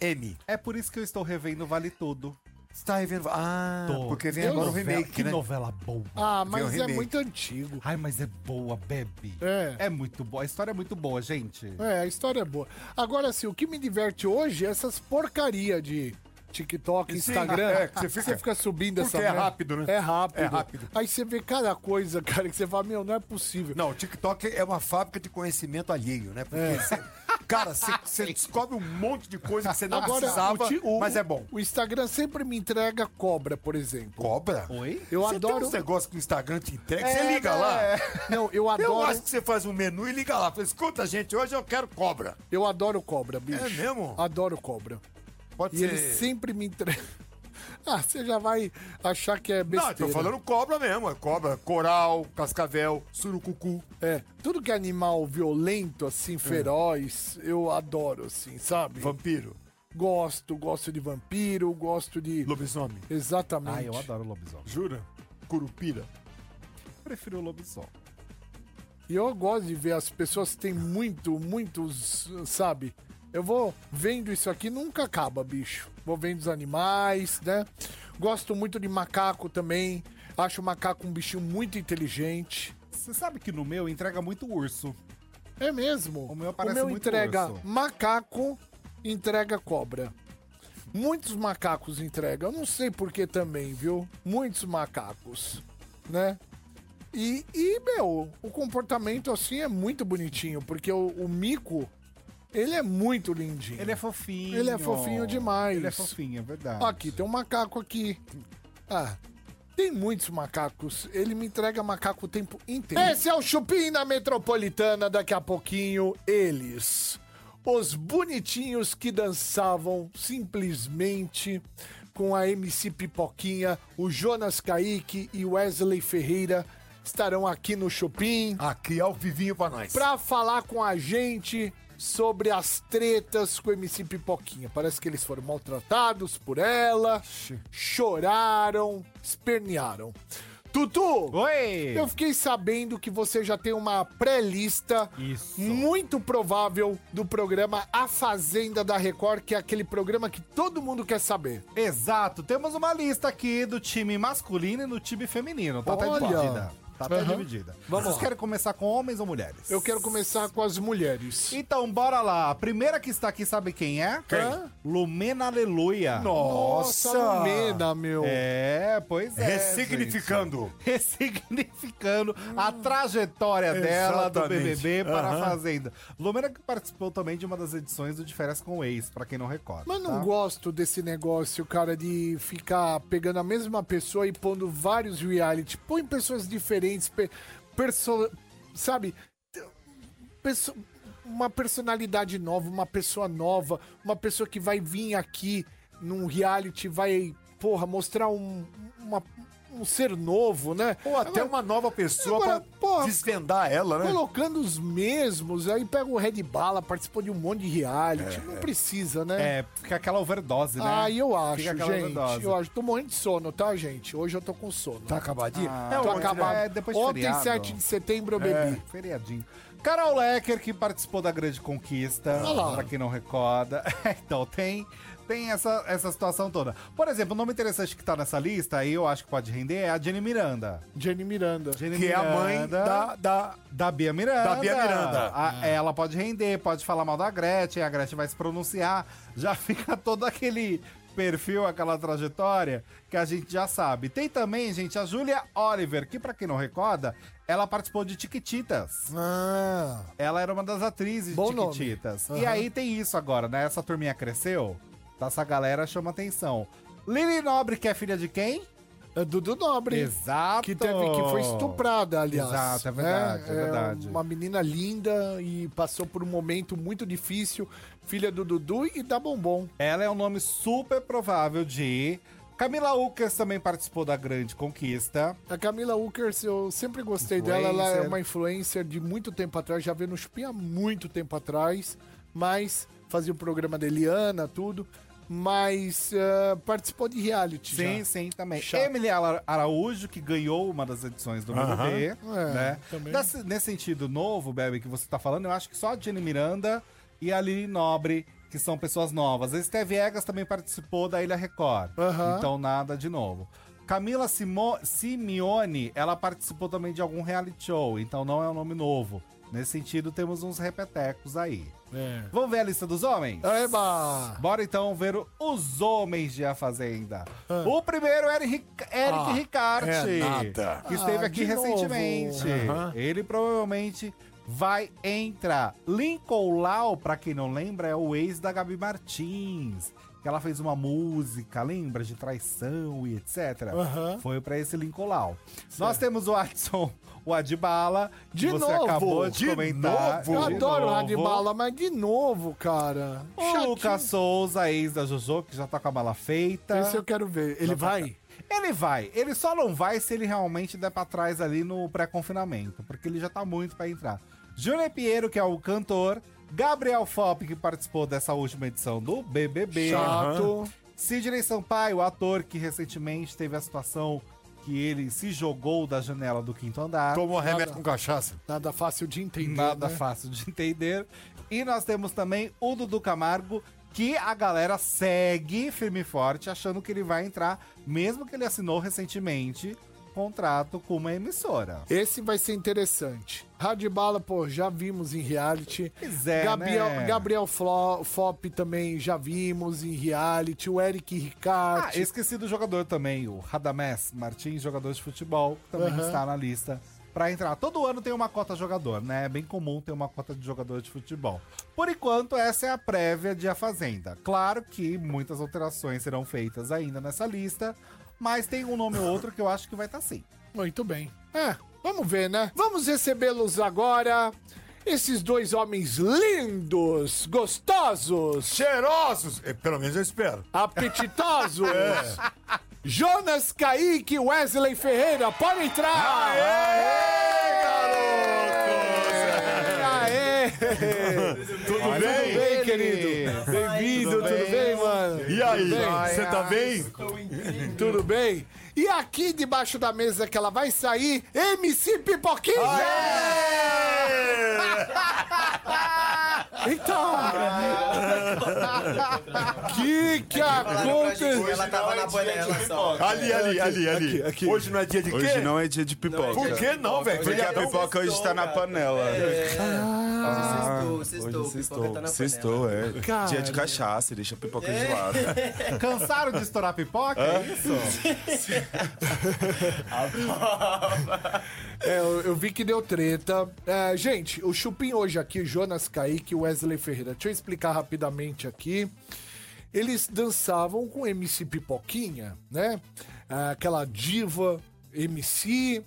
[SPEAKER 5] M.
[SPEAKER 4] É por isso que eu estou revendo Vale Tudo.
[SPEAKER 5] Você tá revendo? Ah, porque vem
[SPEAKER 3] Que
[SPEAKER 5] agora o
[SPEAKER 4] Novela-
[SPEAKER 5] remake,
[SPEAKER 4] que
[SPEAKER 5] né?
[SPEAKER 4] novela boa.
[SPEAKER 3] Ah,
[SPEAKER 5] Veio o
[SPEAKER 3] mas é
[SPEAKER 5] remake.
[SPEAKER 3] muito antigo.
[SPEAKER 4] Ai, mas é boa, bebe.
[SPEAKER 3] É.
[SPEAKER 4] É muito boa. A história é muito boa, gente.
[SPEAKER 3] É, a história é boa. Agora, assim, o que me diverte hoje é essas porcaria de TikTok,
[SPEAKER 5] Sim,
[SPEAKER 3] Instagram.
[SPEAKER 5] é, que
[SPEAKER 3] você,
[SPEAKER 5] você
[SPEAKER 3] fica...
[SPEAKER 5] fica-
[SPEAKER 3] subindo
[SPEAKER 5] Porque
[SPEAKER 3] essa
[SPEAKER 5] é
[SPEAKER 3] merda.
[SPEAKER 5] rápido, né?
[SPEAKER 3] É rápido.
[SPEAKER 5] É rápido.
[SPEAKER 3] Aí você vê cada coisa, cara, que você fala, meu, não é possível.
[SPEAKER 5] Não, o TikTok é uma fábrica de conhecimento alheio, né? Porque
[SPEAKER 4] É.
[SPEAKER 5] você- cara, você, você descobre um monte de coisa que você não
[SPEAKER 3] Agora,
[SPEAKER 5] precisava,
[SPEAKER 3] o ti- o-
[SPEAKER 5] mas é bom.
[SPEAKER 3] O Instagram sempre me entrega cobra, por exemplo.
[SPEAKER 5] Cobra?
[SPEAKER 4] Oi?
[SPEAKER 3] Eu
[SPEAKER 5] você
[SPEAKER 3] adoro-
[SPEAKER 5] Tem uns negócios que o Instagram te entrega,
[SPEAKER 4] É,
[SPEAKER 5] você liga
[SPEAKER 4] né?
[SPEAKER 5] lá.
[SPEAKER 3] Não, eu
[SPEAKER 5] Eu
[SPEAKER 3] adoro,
[SPEAKER 5] acho que você faz um menu e liga lá. Fala, escuta, gente, hoje eu quero cobra.
[SPEAKER 3] eu adoro cobra, bicho.
[SPEAKER 5] É mesmo?
[SPEAKER 3] Adoro cobra.
[SPEAKER 5] Pode
[SPEAKER 3] E ele sempre me entrega. Ah, você já vai achar que é
[SPEAKER 5] Não, eu
[SPEAKER 3] besteira.
[SPEAKER 5] tô falando cobra mesmo. É cobra, coral, cascavel, surucucu.
[SPEAKER 3] É, tudo que é animal violento,
[SPEAKER 4] É.
[SPEAKER 3] assim, feroz, eu adoro, assim, sabe?
[SPEAKER 5] Vampiro,
[SPEAKER 3] Gosto, gosto de vampiro, gosto de...
[SPEAKER 5] lobisomem.
[SPEAKER 3] Exatamente.
[SPEAKER 4] Ah, eu adoro lobisomem.
[SPEAKER 5] Jura? Curupira.
[SPEAKER 4] Eu prefiro lobisomem.
[SPEAKER 3] E eu gosto de ver as pessoas que têm muito, muitos, sabe? Eu vou vendo isso aqui, nunca acaba, bicho. Vou vendo os animais, né? Gosto muito de macaco também. Acho o macaco um bichinho muito inteligente.
[SPEAKER 4] Você sabe que no meu entrega muito urso.
[SPEAKER 3] É mesmo.
[SPEAKER 4] O meu parece muito
[SPEAKER 3] entrega
[SPEAKER 4] urso.
[SPEAKER 3] macaco, entrega cobra. Muitos macacos entregam. Eu não sei por que também, viu? Muitos macacos, né? E, e, meu, o comportamento assim é muito bonitinho, porque o, o mico, ele é muito lindinho.
[SPEAKER 4] Ele é fofinho.
[SPEAKER 3] Ele é fofinho demais.
[SPEAKER 4] Ele é fofinho, é verdade.
[SPEAKER 3] Aqui, tem um macaco aqui. Ah, tem muitos macacos. Ele me entrega macaco o tempo inteiro. Esse é o Chupim na Metropolitana. Daqui a pouquinho, eles. Os bonitinhos que dançavam simplesmente com a MC Pipoquinha, o Jonas Kaique e Wesley Ferreira estarão aqui no Chupim
[SPEAKER 5] Aqui é o vivinho pra nós.
[SPEAKER 3] pra falar com a gente sobre as tretas com o MC Pipoquinha. Parece que eles foram maltratados por ela, choraram, espernearam. Tutu!
[SPEAKER 4] Oi!
[SPEAKER 3] Eu fiquei sabendo que você já tem uma pré-lista
[SPEAKER 4] Isso.
[SPEAKER 3] muito provável do programa A Fazenda da Record, que é aquele programa que todo mundo quer saber.
[SPEAKER 4] Exato, temos uma lista aqui do time masculino e do time feminino, tá? Tá
[SPEAKER 3] Olha.
[SPEAKER 4] dividida. Tá até
[SPEAKER 3] Aham.
[SPEAKER 4] dividida.
[SPEAKER 3] Vamos
[SPEAKER 4] Vocês
[SPEAKER 3] lá.
[SPEAKER 4] querem começar com homens ou mulheres?
[SPEAKER 3] Eu quero começar com as mulheres.
[SPEAKER 4] Então, bora lá. A primeira que está aqui, sabe quem é?
[SPEAKER 3] Quem?
[SPEAKER 4] Lumena Aleluia.
[SPEAKER 5] Nossa!
[SPEAKER 3] Lumena, meu.
[SPEAKER 4] É, pois é.
[SPEAKER 5] Ressignificando.
[SPEAKER 4] gente. Ressignificando a trajetória dela do
[SPEAKER 5] Exatamente.
[SPEAKER 4] BBB para
[SPEAKER 5] Aham.
[SPEAKER 4] a Fazenda. Lumena que participou também de uma das edições do De Férias com o Ex, pra quem não recorda.
[SPEAKER 3] Mas não
[SPEAKER 4] tá?
[SPEAKER 3] gosto desse negócio, cara, de ficar pegando a mesma pessoa e pondo vários reality. Põe pessoas diferentes, pe perso sabe? Perso- uma personalidade nova, uma pessoa nova, uma pessoa que vai vir aqui num reality, vai, porra, mostrar um, uma- um ser novo, né?
[SPEAKER 5] Ou até
[SPEAKER 3] Agora,
[SPEAKER 5] uma nova pessoa
[SPEAKER 3] agora,
[SPEAKER 5] pra
[SPEAKER 3] porra,
[SPEAKER 5] desvendar ela, né?
[SPEAKER 3] Colocando os mesmos, aí pega o Red Bala, participou de um monte de
[SPEAKER 5] É,
[SPEAKER 3] reality. não precisa, né?
[SPEAKER 4] É, fica aquela overdose, né?
[SPEAKER 3] Ah, eu acho,
[SPEAKER 4] Fica aquela
[SPEAKER 3] gente.
[SPEAKER 4] overdose. Ah,
[SPEAKER 3] Eu acho. Tô morrendo de sono, tá, gente? Hoje eu tô com sono.
[SPEAKER 5] Tá acabadinha?
[SPEAKER 4] É,
[SPEAKER 3] tô
[SPEAKER 4] ontem,
[SPEAKER 3] acabado.
[SPEAKER 4] né? Depois de
[SPEAKER 3] Ontem,
[SPEAKER 4] feriado. É,
[SPEAKER 3] 7 de setembro, eu bebi.
[SPEAKER 4] Feriadinho. Carol Lecker, que participou da Grande Conquista,
[SPEAKER 3] Olha lá.
[SPEAKER 4] pra quem não recorda. então, tem, tem essa, essa situação toda. Por exemplo, um nome interessante que tá nessa lista, aí eu acho que pode render, é a Jenny Miranda.
[SPEAKER 3] Jenny Miranda.
[SPEAKER 4] Jenny
[SPEAKER 5] Que é a mãe
[SPEAKER 4] Miranda-
[SPEAKER 5] da, da
[SPEAKER 4] Da Bia Miranda.
[SPEAKER 5] Da Bia Miranda.
[SPEAKER 4] A- é, Ela pode render, pode falar mal da Gretchen, a Gretchen vai se pronunciar. Já fica todo aquele perfil, aquela trajetória que a gente já sabe. Tem também, gente, a Júlia Oliver, que pra quem não recorda, ela participou de Tiquititas.
[SPEAKER 3] Ah,
[SPEAKER 4] Ela era uma das atrizes
[SPEAKER 3] Bom
[SPEAKER 4] de
[SPEAKER 3] nome.
[SPEAKER 4] Tiquititas. E
[SPEAKER 3] Aham.
[SPEAKER 4] aí tem isso agora, né? Essa turminha cresceu, tá? essa galera chama atenção. Lili Nobre, que é filha de quem?
[SPEAKER 3] é Dudu Nobre.
[SPEAKER 4] Exato.
[SPEAKER 3] Que teve que foi estuprada, aliás.
[SPEAKER 4] Exato, é verdade, é verdade.
[SPEAKER 3] Uma menina linda e passou por um momento muito difícil. Filha do Dudu e da Bombom.
[SPEAKER 4] Ela é um nome super provável de. Camila Ucas também participou da Grande Conquista.
[SPEAKER 3] A Camila Ukers, eu sempre gostei dela. Ela é
[SPEAKER 4] Influencer.
[SPEAKER 3] uma influencer de muito tempo atrás, já veio no Chupim há muito tempo atrás, mas fazia o programa da Eliana, tudo. Mas eh, participou de reality
[SPEAKER 4] Sim,
[SPEAKER 3] já.
[SPEAKER 4] sim, também.
[SPEAKER 3] Chato.
[SPEAKER 4] Emily Ara- Araújo, que ganhou uma das edições do BBB,
[SPEAKER 3] É,
[SPEAKER 4] né?
[SPEAKER 3] também.
[SPEAKER 4] Nesse, nesse sentido novo, Bebe, que você tá falando, eu acho que só a Jenny Miranda e a Lili Nobre, que são pessoas novas. A Steve Egas também participou da Ilha Record.
[SPEAKER 3] Aham.
[SPEAKER 4] Então, nada de novo. Camila Simo Simeone, ela participou também de algum reality show, então não é um nome novo. Nesse sentido, temos uns repetecos aí. Vamos ver a lista dos homens?
[SPEAKER 3] É. Eba!
[SPEAKER 4] Bora então ver o- os homens de A Fazenda.
[SPEAKER 3] Ah.
[SPEAKER 4] O primeiro era Eric, Eric Ricarte,
[SPEAKER 5] é nada.
[SPEAKER 4] que esteve
[SPEAKER 3] Ah,
[SPEAKER 4] aqui
[SPEAKER 3] de novo.
[SPEAKER 4] recentemente. Ele provavelmente vai entrar. Lincoln Lau, pra quem não lembra, é o ex da Gabi Martins. Que ela fez uma música, lembra? De traição e etc.
[SPEAKER 3] Aham.
[SPEAKER 4] Foi pra esse Lincoln Lau. Nós temos o Watson, o Adibala, que
[SPEAKER 3] De
[SPEAKER 4] você
[SPEAKER 3] novo,
[SPEAKER 4] acabou de,
[SPEAKER 5] de
[SPEAKER 4] comentar.
[SPEAKER 5] novo.
[SPEAKER 3] Eu
[SPEAKER 4] De
[SPEAKER 3] adoro o
[SPEAKER 4] novo.
[SPEAKER 3] Radibala, mas de novo, cara.
[SPEAKER 4] O
[SPEAKER 3] Chatinho.
[SPEAKER 4] Lucas Souza, ex da Jojo, que já tá com a mala feita.
[SPEAKER 3] Esse eu quero ver. Ele vai?
[SPEAKER 4] Ele vai. Ele só não vai se ele realmente der pra trás ali no pré-confinamento, porque ele já tá muito pra entrar. Júnior Piero, que é o cantor. Gabriel Fop, que participou dessa última edição do BBB.
[SPEAKER 3] Chato.
[SPEAKER 4] Sidney Sampaio, ator que recentemente teve a situação que ele se jogou da janela do quinto andar.
[SPEAKER 5] tomou remédio com cachaça.
[SPEAKER 3] Nada fácil de entender.
[SPEAKER 4] Nada
[SPEAKER 3] né?
[SPEAKER 4] fácil de entender. E nós temos também o Dudu Camargo, que a galera segue firme e forte, achando que ele vai entrar, mesmo que ele assinou recentemente contrato com uma emissora.
[SPEAKER 3] Esse vai ser interessante. Radibala, pô, já vimos em reality.
[SPEAKER 4] Pois é,
[SPEAKER 3] Gabriel,
[SPEAKER 4] né?
[SPEAKER 3] Gabriel Flo- Fop também já vimos em reality. O Eric
[SPEAKER 4] Ah,
[SPEAKER 3] Ricard.
[SPEAKER 4] esqueci do jogador também, o Radamés Martins, jogador de futebol, que também está na lista para entrar. Todo ano tem uma cota jogador, né? É bem comum ter uma cota de jogador de futebol. Por enquanto, essa é a prévia de A Fazenda. Claro que muitas alterações serão feitas ainda nessa lista, mas tem um nome ou outro que eu acho que vai estar sim.
[SPEAKER 3] Muito bem. É, vamos ver, né? Vamos recebê-los agora. Esses dois homens lindos, gostosos,
[SPEAKER 5] Cheirosos! Eh, Pelo menos eu espero. É.
[SPEAKER 3] apetitosos. Jonas Kaique e Wesley Ferreira, pode entrar! Aê!
[SPEAKER 5] Tudo
[SPEAKER 3] Tudo
[SPEAKER 5] bem?
[SPEAKER 3] bem, querido? Bem-vindo, tudo,
[SPEAKER 4] bem?
[SPEAKER 3] bem, mano?
[SPEAKER 5] E aí?
[SPEAKER 3] Tudo bem?
[SPEAKER 5] Você tá bem?
[SPEAKER 3] Tudo bem? E aqui debaixo da mesa que ela vai sair, MC Pipoquinha!
[SPEAKER 5] É!
[SPEAKER 3] Então, que que
[SPEAKER 8] Falaram pra gente,
[SPEAKER 3] aconteceu?
[SPEAKER 8] ela tava na bolha dela só.
[SPEAKER 5] Ali, ali, ali, ali. Hoje não é dia de quê?
[SPEAKER 7] Hoje não é dia de pipoca.
[SPEAKER 5] Por que não, velho?
[SPEAKER 7] Porque a
[SPEAKER 8] Não,
[SPEAKER 7] pipoca hoje tá na
[SPEAKER 8] cara.
[SPEAKER 7] panela.
[SPEAKER 5] É.
[SPEAKER 8] Ah,
[SPEAKER 7] Ah,
[SPEAKER 8] hoje sextou,
[SPEAKER 7] hoje
[SPEAKER 8] sextou, pipoca tá na
[SPEAKER 7] Sextou, é. Dia de cachaça, deixa a pipoca de lado.
[SPEAKER 4] Cansaram de estourar pipoca? É isso?
[SPEAKER 3] É, eu, eu vi que deu treta. É, gente, o Chupim hoje aqui, Jonas Kaique e Wesley Ferreira. Deixa eu explicar rapidamente aqui. Eles dançavam com MC Pipoquinha, né? Ah, Aquela diva MC.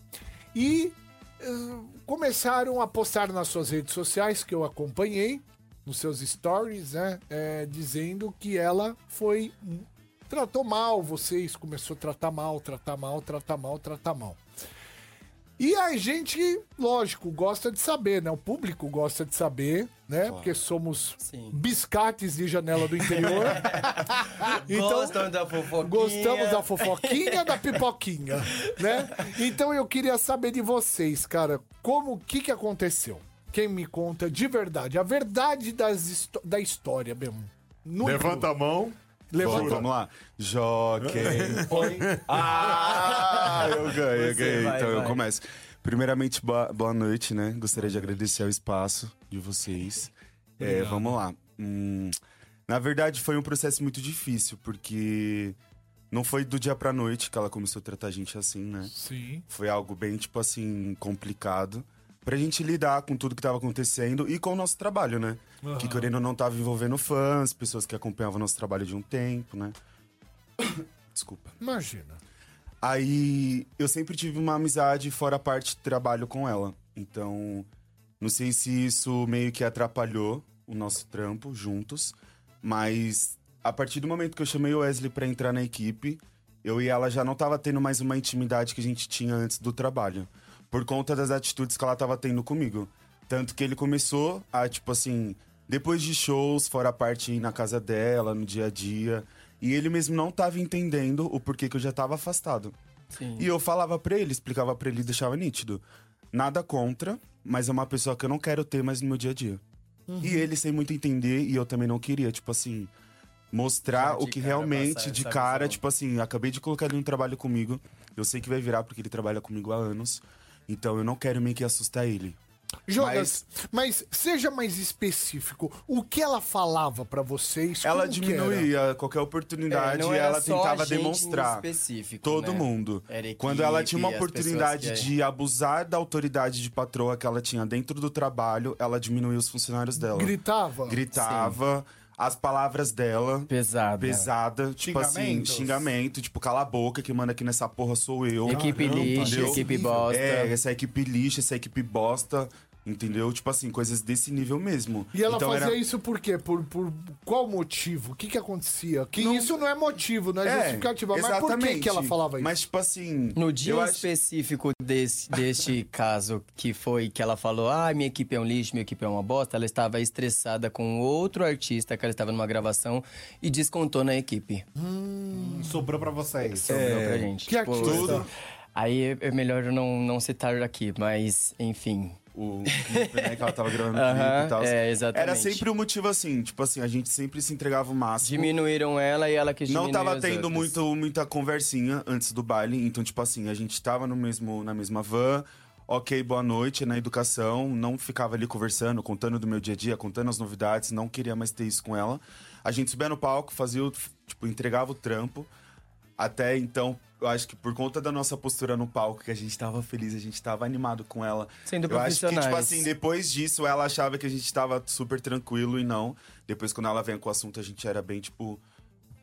[SPEAKER 3] E ah, começaram a postar nas suas redes sociais, que eu acompanhei, nos seus stories, né? É, dizendo que ela foi. Tratou mal vocês, começou a tratar mal, tratar mal, tratar mal, tratar mal. E a gente, lógico, gosta de saber, né? O público gosta de saber, né? Porque somos
[SPEAKER 8] Sim.
[SPEAKER 3] biscates de janela do interior. Então,
[SPEAKER 8] Gostam da fofoquinha.
[SPEAKER 3] Gostamos da fofoquinha, da pipoquinha, né? Então eu queria saber de vocês, cara, como o que que aconteceu? Quem me conta de verdade, a verdade das histó- da história mesmo. No
[SPEAKER 5] Levanta a mão.
[SPEAKER 7] Bom,
[SPEAKER 3] levanta.
[SPEAKER 7] vamos lá. Joquem. Ah, eu ganhei, eu
[SPEAKER 8] Você
[SPEAKER 7] ganhei.
[SPEAKER 8] vai,
[SPEAKER 7] então eu
[SPEAKER 8] vai.
[SPEAKER 7] começo. Primeiramente, boa, boa noite, né? Gostaria de agradecer o espaço de vocês. É, vamos lá. Hum, na verdade, foi um processo muito difícil, porque não foi do dia pra noite que ela começou a tratar a gente assim, né?
[SPEAKER 3] Sim.
[SPEAKER 7] Foi algo bem, tipo assim, complicado. Pra gente lidar com tudo que tava acontecendo e com o nosso trabalho, né? Que querendo ou não tava envolvendo fãs, pessoas que acompanhavam nosso trabalho de um tempo, né? Desculpa.
[SPEAKER 3] Imagina.
[SPEAKER 7] Aí eu sempre tive uma amizade fora a parte de trabalho com ela. Então, não sei se isso meio que atrapalhou o nosso trampo juntos, mas a partir do momento que eu chamei o Wesley pra entrar na equipe, eu e ela já não tava tendo mais uma intimidade que a gente tinha antes do trabalho, por conta das atitudes que ela tava tendo comigo. Tanto que ele começou a, tipo assim, depois de shows, fora a parte na casa dela, no dia a dia. E ele mesmo não tava entendendo o porquê que eu já tava afastado. E eu falava pra ele, explicava pra ele e deixava nítido. Nada contra, mas é uma pessoa que eu não quero ter mais no meu dia a dia. E ele sem muito entender, e eu também não queria, tipo assim, mostrar
[SPEAKER 8] Já de
[SPEAKER 7] o que
[SPEAKER 8] cara
[SPEAKER 7] realmente
[SPEAKER 8] passar
[SPEAKER 7] de
[SPEAKER 8] essa
[SPEAKER 7] cara,
[SPEAKER 8] visão.
[SPEAKER 7] tipo assim, acabei de colocar ele no trabalho comigo. Eu sei que vai virar porque ele trabalha comigo há anos. Então eu não quero meio que assustar ele.
[SPEAKER 3] Jonas, mas... seja mais específico. O que ela falava pra vocês?
[SPEAKER 7] Ela
[SPEAKER 3] Como que era?
[SPEAKER 7] diminuía qualquer oportunidade
[SPEAKER 8] É, não
[SPEAKER 7] e
[SPEAKER 8] era
[SPEAKER 7] ela
[SPEAKER 8] só
[SPEAKER 7] tentava
[SPEAKER 8] a gente em
[SPEAKER 7] demonstrar.
[SPEAKER 8] específico,
[SPEAKER 7] Todo
[SPEAKER 8] né?
[SPEAKER 7] mundo.
[SPEAKER 8] Era equipe,
[SPEAKER 7] Quando ela tinha uma
[SPEAKER 8] as pessoas
[SPEAKER 7] oportunidade
[SPEAKER 8] que-
[SPEAKER 7] de abusar da autoridade de patroa que ela tinha dentro do trabalho, ela diminuía os funcionários dela.
[SPEAKER 3] Gritava?
[SPEAKER 7] Gritava, as palavras dela.
[SPEAKER 8] Pesada.
[SPEAKER 7] Pesada, tipo assim,
[SPEAKER 4] Xingamentos.
[SPEAKER 7] xingamento, tipo, cala a boca, que manda aqui nessa porra sou eu.
[SPEAKER 8] Equipe lixo,
[SPEAKER 7] entendeu?
[SPEAKER 8] equipe bosta.
[SPEAKER 7] É, essa equipe lixo, essa equipe bosta, entendeu? Tipo assim, coisas desse nível mesmo.
[SPEAKER 3] E ela
[SPEAKER 7] Então
[SPEAKER 3] fazia
[SPEAKER 7] era-
[SPEAKER 3] isso por quê? Por, por qual motivo? O que que acontecia? Que isso não é motivo, não é, justificativa. Mas por que,
[SPEAKER 7] exatamente.
[SPEAKER 3] que ela falava isso?
[SPEAKER 7] Mas, tipo assim.
[SPEAKER 8] No dia
[SPEAKER 7] eu acho-
[SPEAKER 8] específico desse, deste caso, que foi que ela falou: Ah, minha equipe é um lixo, minha equipe é uma bosta, ela estava estressada com outro artista que ela estava numa gravação e descontou na equipe.
[SPEAKER 4] Sobrou pra vocês.
[SPEAKER 8] Sobrou pra gente. Tipo,
[SPEAKER 3] Que artista? Tudo.
[SPEAKER 8] Aí é- é melhor eu não, não citar aqui, mas enfim.
[SPEAKER 7] O clipe, né? Que ela tava gravando o clipe
[SPEAKER 8] Aham,
[SPEAKER 7] e tal.
[SPEAKER 8] é, exatamente.
[SPEAKER 7] Era sempre um motivo assim, tipo assim, a gente sempre se entregava o máximo.
[SPEAKER 8] Diminuíram ela e ela quis diminuir
[SPEAKER 7] Não tava
[SPEAKER 8] os
[SPEAKER 7] tendo
[SPEAKER 8] outros.
[SPEAKER 7] muito, muita conversinha antes do baile, então, tipo assim, a gente tava no mesmo, na mesma van. Ok, boa noite, na educação. Não ficava ali conversando, contando do meu dia a dia, contando as novidades, não queria mais ter isso com ela. A gente subia no palco, fazia, o- tipo, entregava o trampo. Até então, eu acho que por conta da nossa postura no palco, que a gente tava feliz, a gente tava animado com ela.
[SPEAKER 8] Sendo
[SPEAKER 7] eu acho que, tipo
[SPEAKER 8] profissionais.
[SPEAKER 7] assim, depois disso, ela achava que a gente tava super tranquilo e não. Depois, quando ela vem com o assunto, a gente era bem, tipo,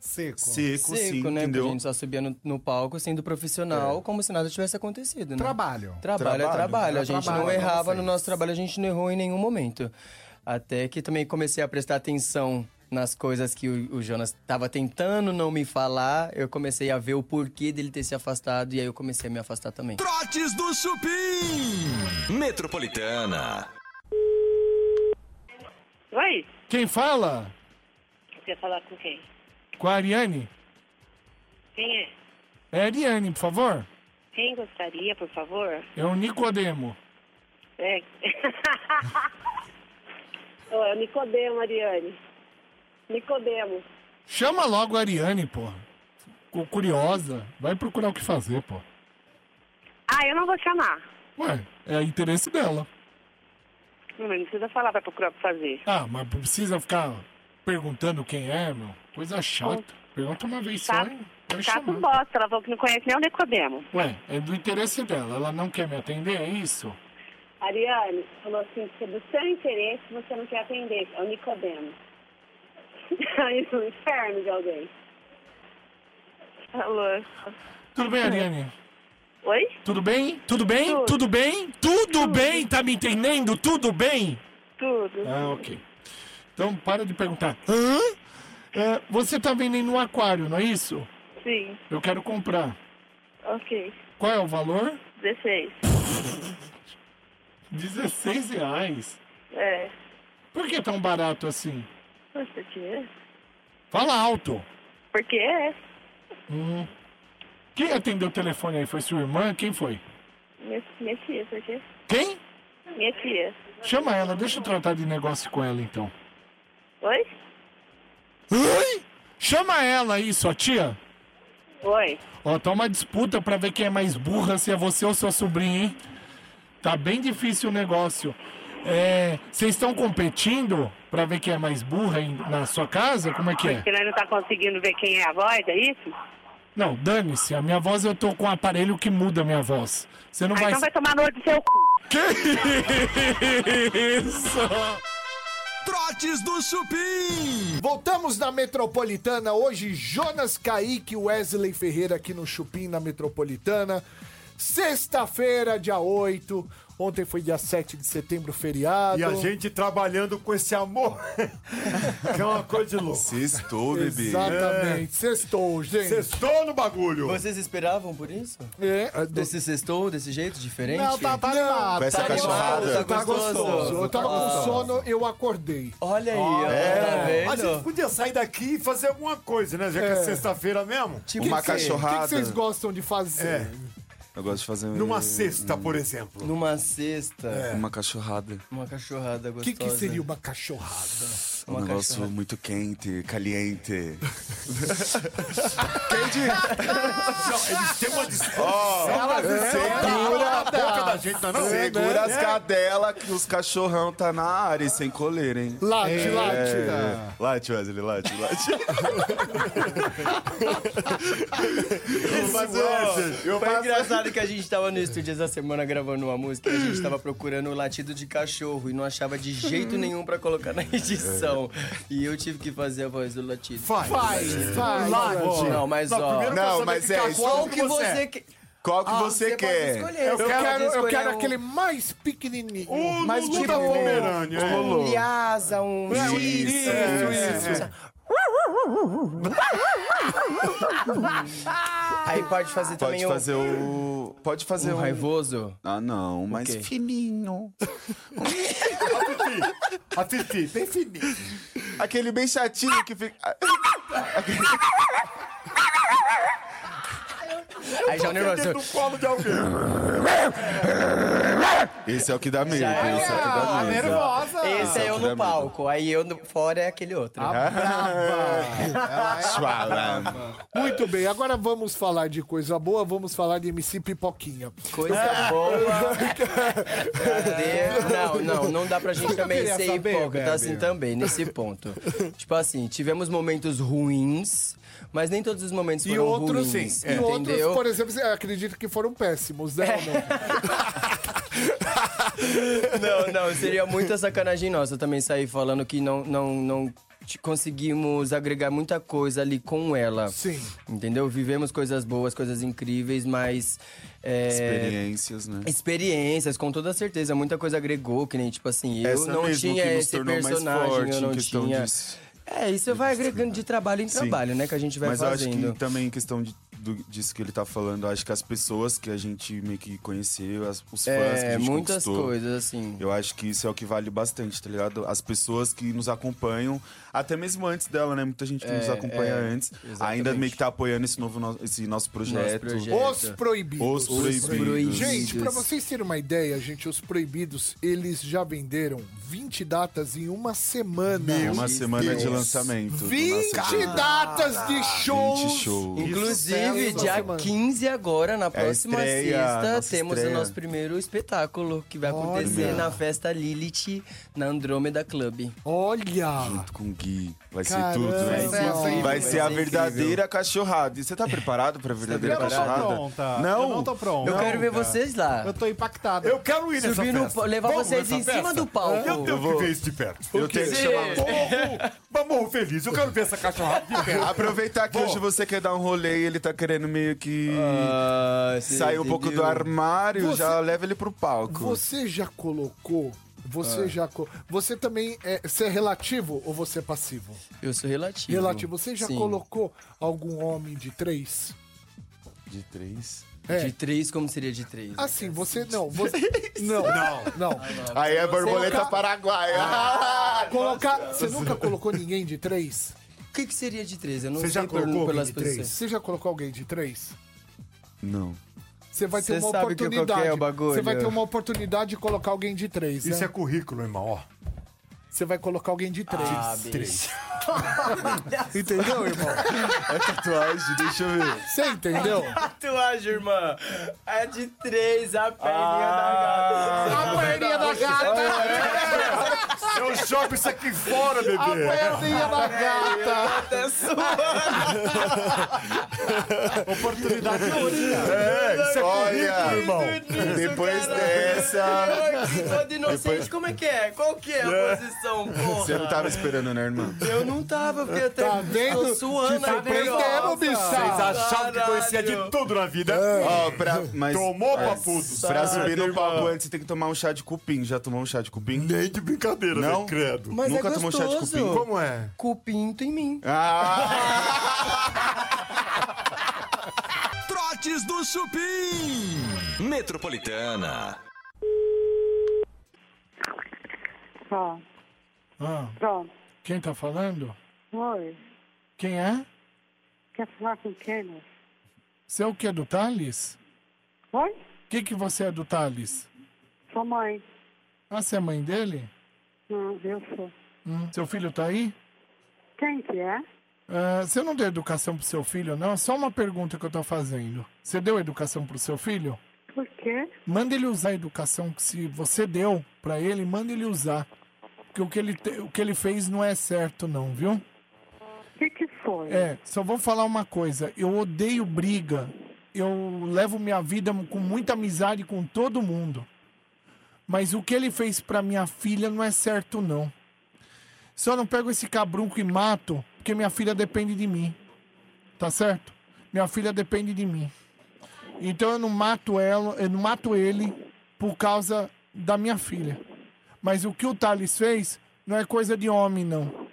[SPEAKER 4] Seco.
[SPEAKER 7] Seco,
[SPEAKER 8] Seco,
[SPEAKER 7] sim,
[SPEAKER 8] né? Porque
[SPEAKER 7] entendeu? É.
[SPEAKER 8] a gente só subia no, no palco sendo profissional, como se nada tivesse acontecido, né?
[SPEAKER 4] Trabalho.
[SPEAKER 8] Trabalho, é
[SPEAKER 7] Trabalho. é
[SPEAKER 8] trabalho.
[SPEAKER 4] Era
[SPEAKER 8] A gente não
[SPEAKER 4] trabalho pra
[SPEAKER 8] errava
[SPEAKER 4] vocês.
[SPEAKER 8] no nosso trabalho, a gente não errou em nenhum momento. Até que também comecei a prestar atenção nas coisas que o, o Jonas estava tentando não me falar. Eu comecei a ver o porquê dele ter se afastado e aí eu comecei a me afastar também.
[SPEAKER 1] Trotes do Chupim. Metropolitana.
[SPEAKER 9] Oi,
[SPEAKER 3] Quem fala?
[SPEAKER 9] quer falar com quem?
[SPEAKER 3] Com a Ariane?
[SPEAKER 9] Quem é?
[SPEAKER 3] É Ariane, por favor.
[SPEAKER 9] Quem gostaria, por favor?
[SPEAKER 3] É o Nicodemo.
[SPEAKER 9] É. Ô, é o Nicodemo, Ariane.
[SPEAKER 6] Nicodemo.
[SPEAKER 3] Chama logo a Ariane, porra. Ficou curiosa. Vai procurar o que fazer, pô.
[SPEAKER 6] Ah, eu não vou chamar.
[SPEAKER 3] Ué, é interesse dela.
[SPEAKER 6] Não, mas não precisa falar pra procurar o que fazer.
[SPEAKER 3] Ah, mas precisa ficar perguntando quem é, meu. Coisa chata. Pergunta uma vez só,
[SPEAKER 6] Tá,
[SPEAKER 3] hein? Quero
[SPEAKER 6] tá com
[SPEAKER 3] chamar.
[SPEAKER 6] bosta. Ela falou que não conhece nem o Nicodemo.
[SPEAKER 3] Ué, é do interesse dela. Ela não quer me atender, é isso?
[SPEAKER 6] Ariane falou assim, que do seu interesse você não quer atender. É o Nicodemo. Aí no inferno de alguém. Alô.
[SPEAKER 3] Tudo bem, Ariane?
[SPEAKER 6] Oi?
[SPEAKER 3] Tudo bem? Tudo bem?
[SPEAKER 6] Tudo.
[SPEAKER 3] Tudo bem? Tudo bem? Tá me entendendo? Tudo bem?
[SPEAKER 6] Tudo.
[SPEAKER 3] Ah, ok. Então para de perguntar. Hã? É, você tá vendendo um aquário, não é isso?
[SPEAKER 6] Sim.
[SPEAKER 3] Eu quero comprar.
[SPEAKER 6] Ok.
[SPEAKER 3] Qual é o valor?
[SPEAKER 6] 16.
[SPEAKER 3] 16 reais.
[SPEAKER 6] É.
[SPEAKER 3] Por que tão barato assim?
[SPEAKER 6] Mas por quê?
[SPEAKER 3] Fala alto.
[SPEAKER 6] Por quê?
[SPEAKER 3] Hum. Quem atendeu o telefone aí? Foi sua irmã? Quem foi?
[SPEAKER 6] Minha, minha tia, por quê?
[SPEAKER 3] Quem?
[SPEAKER 6] Minha tia.
[SPEAKER 3] Chama ela, deixa eu tratar de negócio com ela então.
[SPEAKER 6] Oi?
[SPEAKER 3] Oi? Chama ela aí, sua tia.
[SPEAKER 6] Oi.
[SPEAKER 3] Ó, tá uma disputa pra ver quem é mais burra, se é você ou sua sobrinha, hein? Tá bem difícil o negócio. É, vocês estão competindo pra ver quem é mais burra em- na sua casa? Como é que é?
[SPEAKER 6] Porque nós não tá conseguindo ver quem é a voz, é isso?
[SPEAKER 3] Não, dane-se. A minha voz eu tô com um aparelho que muda a minha voz. Você não
[SPEAKER 6] Ah,
[SPEAKER 3] vai.
[SPEAKER 6] então vai tomar no olho do seu cu.
[SPEAKER 3] Que isso?
[SPEAKER 10] Trotes do Chupim.
[SPEAKER 1] Voltamos na Metropolitana hoje, Jonas Kaique Wesley Ferreira aqui no Chupim na Metropolitana. Sexta-feira, dia 8. Ontem foi dia 7 de setembro, feriado.
[SPEAKER 5] E a gente trabalhando com esse amor. que é uma coisa de louco.
[SPEAKER 7] Sextou, bebê.
[SPEAKER 1] Exatamente. Sextou, gente.
[SPEAKER 5] Cestou no bagulho.
[SPEAKER 8] Vocês esperavam por isso?
[SPEAKER 1] É, do-
[SPEAKER 8] Desse sextou, desse jeito, diferente?
[SPEAKER 1] Não, tá, tá animado.
[SPEAKER 7] Com essa
[SPEAKER 1] tá
[SPEAKER 7] cachorrada.
[SPEAKER 1] animado,
[SPEAKER 8] Tá gostoso.
[SPEAKER 1] Eu tava com sono, eu acordei.
[SPEAKER 8] Olha aí, ó. Tá
[SPEAKER 7] É.
[SPEAKER 5] A gente
[SPEAKER 8] vendo?
[SPEAKER 5] podia sair daqui e fazer alguma coisa, né? Já que é,
[SPEAKER 1] É.
[SPEAKER 5] sexta-feira mesmo.
[SPEAKER 8] Tipo
[SPEAKER 7] Uma
[SPEAKER 8] o quê?
[SPEAKER 1] O que que
[SPEAKER 7] cachorrada.
[SPEAKER 1] vocês gostam de fazer?
[SPEAKER 7] Eu gosto de fazer
[SPEAKER 5] Numa sexta, por exemplo.
[SPEAKER 8] Numa cesta,
[SPEAKER 7] uma cachorrada.
[SPEAKER 8] uma cachorrada
[SPEAKER 1] O
[SPEAKER 8] gostosa.
[SPEAKER 1] É. que, que seria uma cachorrada?
[SPEAKER 7] Um
[SPEAKER 8] Uma
[SPEAKER 7] negócio
[SPEAKER 8] cachorrada.
[SPEAKER 7] muito quente, caliente.
[SPEAKER 5] Eles têm uma disputa
[SPEAKER 7] Ó,
[SPEAKER 5] na boca da gente, não é não?
[SPEAKER 7] segura as
[SPEAKER 5] É.
[SPEAKER 7] cadelas que os cachorrão tá na área e sem coleira, hein?
[SPEAKER 1] Late, late.
[SPEAKER 7] É. Late, Wesley, late, late. eu faço, eu
[SPEAKER 8] Foi
[SPEAKER 7] faço
[SPEAKER 8] engraçado que a gente tava
[SPEAKER 1] É.
[SPEAKER 8] no estúdio essa semana gravando uma música e a gente tava procurando o latido de cachorro e não achava de jeito nenhum pra colocar na edição. E eu tive que fazer a voz do latido.
[SPEAKER 5] Faz.
[SPEAKER 1] Faz, faz.
[SPEAKER 5] Late.
[SPEAKER 8] Não, mas
[SPEAKER 5] Não,
[SPEAKER 8] ó.
[SPEAKER 5] primeiro eu quero
[SPEAKER 7] Não,
[SPEAKER 5] saber
[SPEAKER 7] mas
[SPEAKER 5] que
[SPEAKER 7] é,
[SPEAKER 5] cachorro
[SPEAKER 8] Qual que
[SPEAKER 5] é.
[SPEAKER 8] você que.
[SPEAKER 7] Qual que é.
[SPEAKER 8] Você
[SPEAKER 7] você,
[SPEAKER 8] pode
[SPEAKER 7] quer?
[SPEAKER 8] escolher.
[SPEAKER 1] Eu
[SPEAKER 8] você
[SPEAKER 1] quero,
[SPEAKER 8] pode
[SPEAKER 1] eu
[SPEAKER 8] escolher
[SPEAKER 1] quero
[SPEAKER 8] um-
[SPEAKER 1] aquele mais pequenininho.
[SPEAKER 5] O
[SPEAKER 8] Mas
[SPEAKER 5] Lulu
[SPEAKER 8] tipo-
[SPEAKER 5] da Pomerânia. é.
[SPEAKER 8] Um Lhasa, um Giz.
[SPEAKER 1] Isso,
[SPEAKER 7] É,
[SPEAKER 1] isso.
[SPEAKER 8] Aí pode fazer
[SPEAKER 7] Pode
[SPEAKER 8] também um-
[SPEAKER 7] fazer o... Pode fazer
[SPEAKER 8] um
[SPEAKER 7] um...
[SPEAKER 8] raivoso.
[SPEAKER 7] Ah, não, mas
[SPEAKER 8] quê?
[SPEAKER 7] fininho.
[SPEAKER 5] A Fifi, bem fininha.
[SPEAKER 7] Aquele bem chatinho que fica... Ah,
[SPEAKER 8] Aí já é um
[SPEAKER 5] Dentro
[SPEAKER 8] negócio.
[SPEAKER 5] do colo de alguém.
[SPEAKER 7] Esse é o que dá medo,
[SPEAKER 8] Já é.
[SPEAKER 7] esse é o que dá medo.
[SPEAKER 5] Nervosa.
[SPEAKER 8] Esse é eu no palco, aí eu no- fora é aquele outro.
[SPEAKER 7] Suave.
[SPEAKER 1] Muito bem, agora vamos falar de coisa boa, vamos falar de MC Pipoquinha.
[SPEAKER 8] Coisa
[SPEAKER 1] Ah,
[SPEAKER 8] boa. Cadê? Não, não, não dá pra gente também
[SPEAKER 1] queria
[SPEAKER 8] ser
[SPEAKER 1] saber,
[SPEAKER 8] hipócrita
[SPEAKER 1] Bebe?
[SPEAKER 8] assim também, nesse ponto. tipo assim, tivemos momentos ruins, mas nem todos os momentos
[SPEAKER 1] E
[SPEAKER 8] foram
[SPEAKER 1] outros,
[SPEAKER 8] ruins, É.
[SPEAKER 1] sim. E outros,
[SPEAKER 8] entendeu?
[SPEAKER 1] por exemplo, eu acredito que foram péssimos, né? Amor?
[SPEAKER 8] Não, não, seria muita sacanagem nossa eu também sair falando que não, não, não te- conseguimos agregar muita coisa ali com ela.
[SPEAKER 1] Sim.
[SPEAKER 8] Entendeu? Vivemos coisas boas, coisas incríveis, mas. é,
[SPEAKER 7] Experiências, né?
[SPEAKER 8] Experiências, com toda certeza. Muita coisa agregou, que nem, tipo assim, eu
[SPEAKER 7] Essa
[SPEAKER 8] não
[SPEAKER 7] mesmo
[SPEAKER 8] tinha
[SPEAKER 7] que nos
[SPEAKER 8] esse
[SPEAKER 7] tornou mais
[SPEAKER 8] personagem,
[SPEAKER 7] forte
[SPEAKER 8] eu
[SPEAKER 7] em
[SPEAKER 8] não
[SPEAKER 7] questão
[SPEAKER 8] tinha.
[SPEAKER 7] disso.
[SPEAKER 8] É, isso vai agregando de trabalho em trabalho, né? Que a gente vai
[SPEAKER 7] Mas eu acho então,
[SPEAKER 8] fazendo.
[SPEAKER 7] que também em questão de, do- disso que ele tá falando. Acho que as pessoas que a gente meio que conheceu, as- os fãs que a
[SPEAKER 8] É,
[SPEAKER 7] gente
[SPEAKER 8] muitas
[SPEAKER 7] conquistou,
[SPEAKER 8] coisas, assim.
[SPEAKER 7] Eu acho que isso é o que vale bastante, tá ligado? As pessoas que nos acompanham, até mesmo antes dela, né? Muita gente que
[SPEAKER 8] É,
[SPEAKER 7] nos acompanha
[SPEAKER 8] é,
[SPEAKER 7] antes, ainda
[SPEAKER 8] exatamente.
[SPEAKER 7] meio que tá apoiando esse novo no- esse nosso projeto.
[SPEAKER 8] projeto. Os
[SPEAKER 7] Os
[SPEAKER 1] Proibidos.
[SPEAKER 7] proibidos.
[SPEAKER 1] Gente, pra vocês terem uma ideia, gente, os proibidos, eles já venderam 20 datas em uma semana.
[SPEAKER 7] É uma semana de lançamento. do nosso
[SPEAKER 1] 20
[SPEAKER 7] projeto.
[SPEAKER 1] datas de shows.
[SPEAKER 7] 20 shows.
[SPEAKER 1] é
[SPEAKER 8] Inclusive, dia 15 agora, na próxima
[SPEAKER 7] É estreia,
[SPEAKER 8] sexta,
[SPEAKER 7] nossa
[SPEAKER 8] temos
[SPEAKER 7] estreia.
[SPEAKER 8] o nosso primeiro espetáculo, que vai acontecer
[SPEAKER 7] Olha.
[SPEAKER 8] na festa Lilith, na Andrômeda Club.
[SPEAKER 1] Olha!
[SPEAKER 7] tá Com Gui. Vai ser
[SPEAKER 8] Caramba.
[SPEAKER 7] tudo,
[SPEAKER 8] Vai
[SPEAKER 7] né?
[SPEAKER 8] ser incrível,
[SPEAKER 7] Vai
[SPEAKER 8] vai
[SPEAKER 7] ser
[SPEAKER 8] ser
[SPEAKER 7] a
[SPEAKER 8] incrível.
[SPEAKER 7] verdadeira cachorrada. E você tá preparado pra verdadeira
[SPEAKER 4] Eu não tô
[SPEAKER 7] cachorrada?
[SPEAKER 4] pronta.
[SPEAKER 7] Não?
[SPEAKER 4] Eu não tô pronta.
[SPEAKER 8] Eu quero ver vocês lá.
[SPEAKER 4] Eu tô impactado.
[SPEAKER 5] Eu quero ir nessa
[SPEAKER 8] Subir no
[SPEAKER 5] festa.
[SPEAKER 8] pa- levar
[SPEAKER 5] Vamos
[SPEAKER 8] vocês
[SPEAKER 5] nessa
[SPEAKER 8] em cima do palco.
[SPEAKER 5] Eu tenho
[SPEAKER 8] Eu
[SPEAKER 5] que
[SPEAKER 7] vou-
[SPEAKER 5] ver isso de perto.
[SPEAKER 7] Eu tenho que
[SPEAKER 8] Sim.
[SPEAKER 7] chamar.
[SPEAKER 5] Vamos, morro feliz. Eu quero ver essa cachorrada de perto.
[SPEAKER 7] Aproveitar que
[SPEAKER 5] Bom.
[SPEAKER 7] hoje você quer dar um rolê e ele tá querendo meio que
[SPEAKER 8] Ah, cê
[SPEAKER 7] sair um pouco do
[SPEAKER 8] entendeu?
[SPEAKER 7] armário,
[SPEAKER 1] Você-
[SPEAKER 7] já leva ele pro palco.
[SPEAKER 1] Você já colocou. Você
[SPEAKER 4] Ah.
[SPEAKER 1] já. co- Você também. É, você é relativo ou você é passivo?
[SPEAKER 8] Eu sou relativo.
[SPEAKER 1] Relativo. Você já
[SPEAKER 8] Sim.
[SPEAKER 1] colocou algum homem de três?
[SPEAKER 7] De três.
[SPEAKER 1] É.
[SPEAKER 8] De três, como seria de três?
[SPEAKER 1] Assim, você. Não, você. Não, não.
[SPEAKER 7] Aí é Ah. borboleta paraguaia.
[SPEAKER 1] Colocar. Você nunca colocou ninguém de três?
[SPEAKER 8] O que, que seria de três? Eu não
[SPEAKER 5] Você
[SPEAKER 8] sei
[SPEAKER 5] já
[SPEAKER 8] por-
[SPEAKER 5] colocou
[SPEAKER 8] pelas
[SPEAKER 5] de
[SPEAKER 8] pessoas.
[SPEAKER 5] três?
[SPEAKER 1] Você já colocou alguém de três?
[SPEAKER 7] Não.
[SPEAKER 1] Você vai ter
[SPEAKER 8] Você
[SPEAKER 1] uma
[SPEAKER 8] sabe que eu
[SPEAKER 1] oportunidade.
[SPEAKER 8] coloquei o bagulho.
[SPEAKER 1] Você vai ter uma oportunidade de colocar alguém de três,
[SPEAKER 5] Isso é
[SPEAKER 1] né?
[SPEAKER 5] currículo, irmão. Ó.
[SPEAKER 1] Você vai colocar alguém de três.
[SPEAKER 8] Ah,
[SPEAKER 5] Três.
[SPEAKER 1] Entendeu, irmão?
[SPEAKER 7] É tatuagem, deixa eu ver.
[SPEAKER 1] Você entendeu?
[SPEAKER 8] Tatuagem, irmã. É de três, a perninha
[SPEAKER 7] Ah.
[SPEAKER 5] Ah,
[SPEAKER 8] da gata.
[SPEAKER 1] A perninha da gata!
[SPEAKER 5] Eu jogo isso aqui fora, bebê.
[SPEAKER 1] perninha da gata!
[SPEAKER 8] Até sua.
[SPEAKER 7] É, isso é Olha,
[SPEAKER 5] irmão.
[SPEAKER 7] depois dessa.
[SPEAKER 8] Todo inocente, como é que é? Qual que é a posição,
[SPEAKER 7] Você não
[SPEAKER 8] porra?
[SPEAKER 7] tava esperando, né, irmão?
[SPEAKER 8] Eu não tava, porque até
[SPEAKER 1] Tá vendo?
[SPEAKER 8] tô suando
[SPEAKER 1] Te surpreendemos, bicho.
[SPEAKER 5] Vocês achavam que conhecia de
[SPEAKER 8] Caralho.
[SPEAKER 5] tudo na vida.
[SPEAKER 7] Ó, Ah, pra. Mas,
[SPEAKER 5] Tomou,
[SPEAKER 7] é,
[SPEAKER 5] papudo?
[SPEAKER 7] Pra subir no palco antes, você tem que tomar um chá de cupim. Já tomou um chá de cupim?
[SPEAKER 5] Nem de brincadeira,
[SPEAKER 7] Não?
[SPEAKER 5] né, credo.
[SPEAKER 8] Mas
[SPEAKER 7] Nunca
[SPEAKER 8] é
[SPEAKER 7] tomou chá de
[SPEAKER 8] gostoso.
[SPEAKER 7] cupim?
[SPEAKER 5] Como é?
[SPEAKER 8] Cupinto em mim.
[SPEAKER 7] Ah!
[SPEAKER 11] Trotes do Chupim. Metropolitana.
[SPEAKER 6] Ó,
[SPEAKER 3] Ah,
[SPEAKER 6] pronto.
[SPEAKER 3] quem tá falando?
[SPEAKER 6] Oi,
[SPEAKER 3] Quem é?
[SPEAKER 6] quer falar com quem? né?
[SPEAKER 3] Você é o que é do Thales?
[SPEAKER 6] Oi,
[SPEAKER 3] O que, que você é do Thales?
[SPEAKER 6] sou mãe.
[SPEAKER 3] Ah, você é mãe dele?
[SPEAKER 6] Não, eu sou.
[SPEAKER 3] Hum, Seu filho tá aí?
[SPEAKER 6] Quem que é?
[SPEAKER 3] Ah, você não deu educação pro seu filho, não? É só uma pergunta que eu tô fazendo. Você deu educação pro seu filho?
[SPEAKER 6] Por quê?
[SPEAKER 3] Manda ele usar a educação que se você deu pra ele, manda ele usar. Porque o que ele, te- o que ele fez não é certo, não, viu?
[SPEAKER 6] O que que foi?
[SPEAKER 3] É, só vou falar uma coisa. Eu odeio briga. Eu levo minha vida com muita amizade com todo mundo. Mas o que ele fez pra minha filha não é certo, não. Só não pego esse cabrunco e mato, porque minha filha depende de mim. Tá certo? Minha filha depende de mim. Então eu não mato ela, eu não mato ele por causa da minha filha. Mas o que o Thales fez não é coisa de homem, não.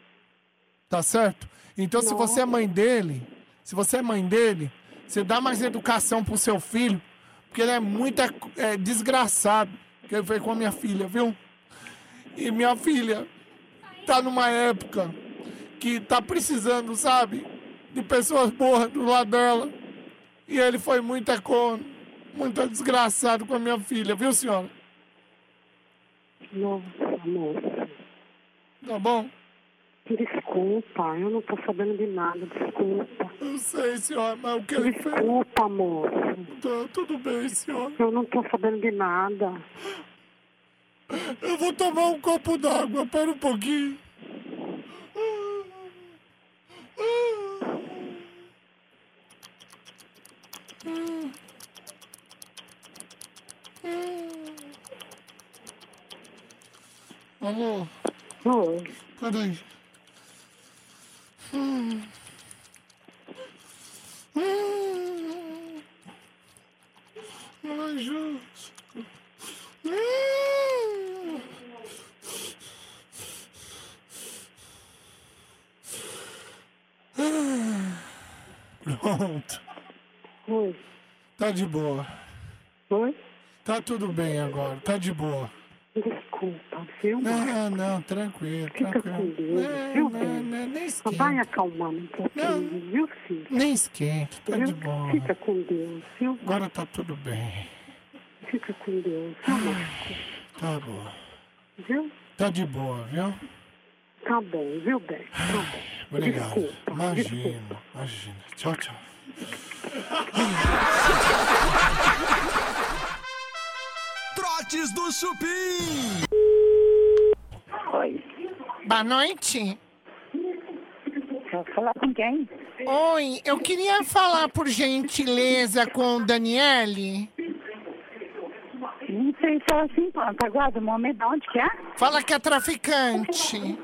[SPEAKER 3] Tá certo? Então, se você é mãe dele, se você é mãe dele, você dá mais educação pro seu filho, porque ele é muito é, é, desgraçado. Que ele foi com a minha filha, viu? E minha filha tá numa época que tá precisando, sabe? De pessoas boas do lado dela. E ele foi muito é corno, muito desgraçado com a minha filha, viu, senhora?
[SPEAKER 6] Nossa, moça.
[SPEAKER 3] Tá bom?
[SPEAKER 6] Desculpa, eu não tô sabendo de nada, desculpa.
[SPEAKER 3] Eu sei, senhora, mas o que ele fez.
[SPEAKER 6] Desculpa, moço.
[SPEAKER 3] Tá, tudo bem, senhora.
[SPEAKER 6] Eu não tô sabendo de nada.
[SPEAKER 3] Eu vou tomar um copo d'água, para um pouquinho. Amor,
[SPEAKER 6] Oi.
[SPEAKER 3] peraí. Ai, Jesus. Hum. Pronto.
[SPEAKER 9] Oi.
[SPEAKER 12] Tá de boa.
[SPEAKER 9] Oi?
[SPEAKER 12] Tá tudo bem agora, tá de boa.
[SPEAKER 9] Desculpa, viu?
[SPEAKER 3] Ah,
[SPEAKER 12] Não, não, tranquilo,
[SPEAKER 9] Fica com
[SPEAKER 12] tranquilo.
[SPEAKER 9] Deus, viu,
[SPEAKER 12] Não, não,
[SPEAKER 9] bem?
[SPEAKER 12] não, nem
[SPEAKER 9] Vai
[SPEAKER 12] esquenta.
[SPEAKER 9] acalmar um pouquinho, viu, filho?
[SPEAKER 12] Nem esquenta, tá de
[SPEAKER 9] Viu?
[SPEAKER 12] boa.
[SPEAKER 9] Fica com Deus, viu?
[SPEAKER 12] Agora tá tudo bem.
[SPEAKER 9] Fica com Deus, viu, Marcos?
[SPEAKER 12] Tá bom.
[SPEAKER 9] Viu?
[SPEAKER 12] Tá de boa, viu?
[SPEAKER 9] Tá bom, viu, bem? Tá bom.
[SPEAKER 12] Obrigado.
[SPEAKER 9] Desculpa,
[SPEAKER 12] Imagina, imagina. Tchau, tchau.
[SPEAKER 1] Trotes do Chupim.
[SPEAKER 9] Oi.
[SPEAKER 12] Boa noite.
[SPEAKER 9] Quer falar com quem?
[SPEAKER 12] Oi, eu queria falar por gentileza com o Daniele.
[SPEAKER 9] Não sei se ela
[SPEAKER 6] assim,
[SPEAKER 9] se
[SPEAKER 6] tá
[SPEAKER 9] implanta. Aguarda um momento. De onde que é?
[SPEAKER 12] Fala que é traficante.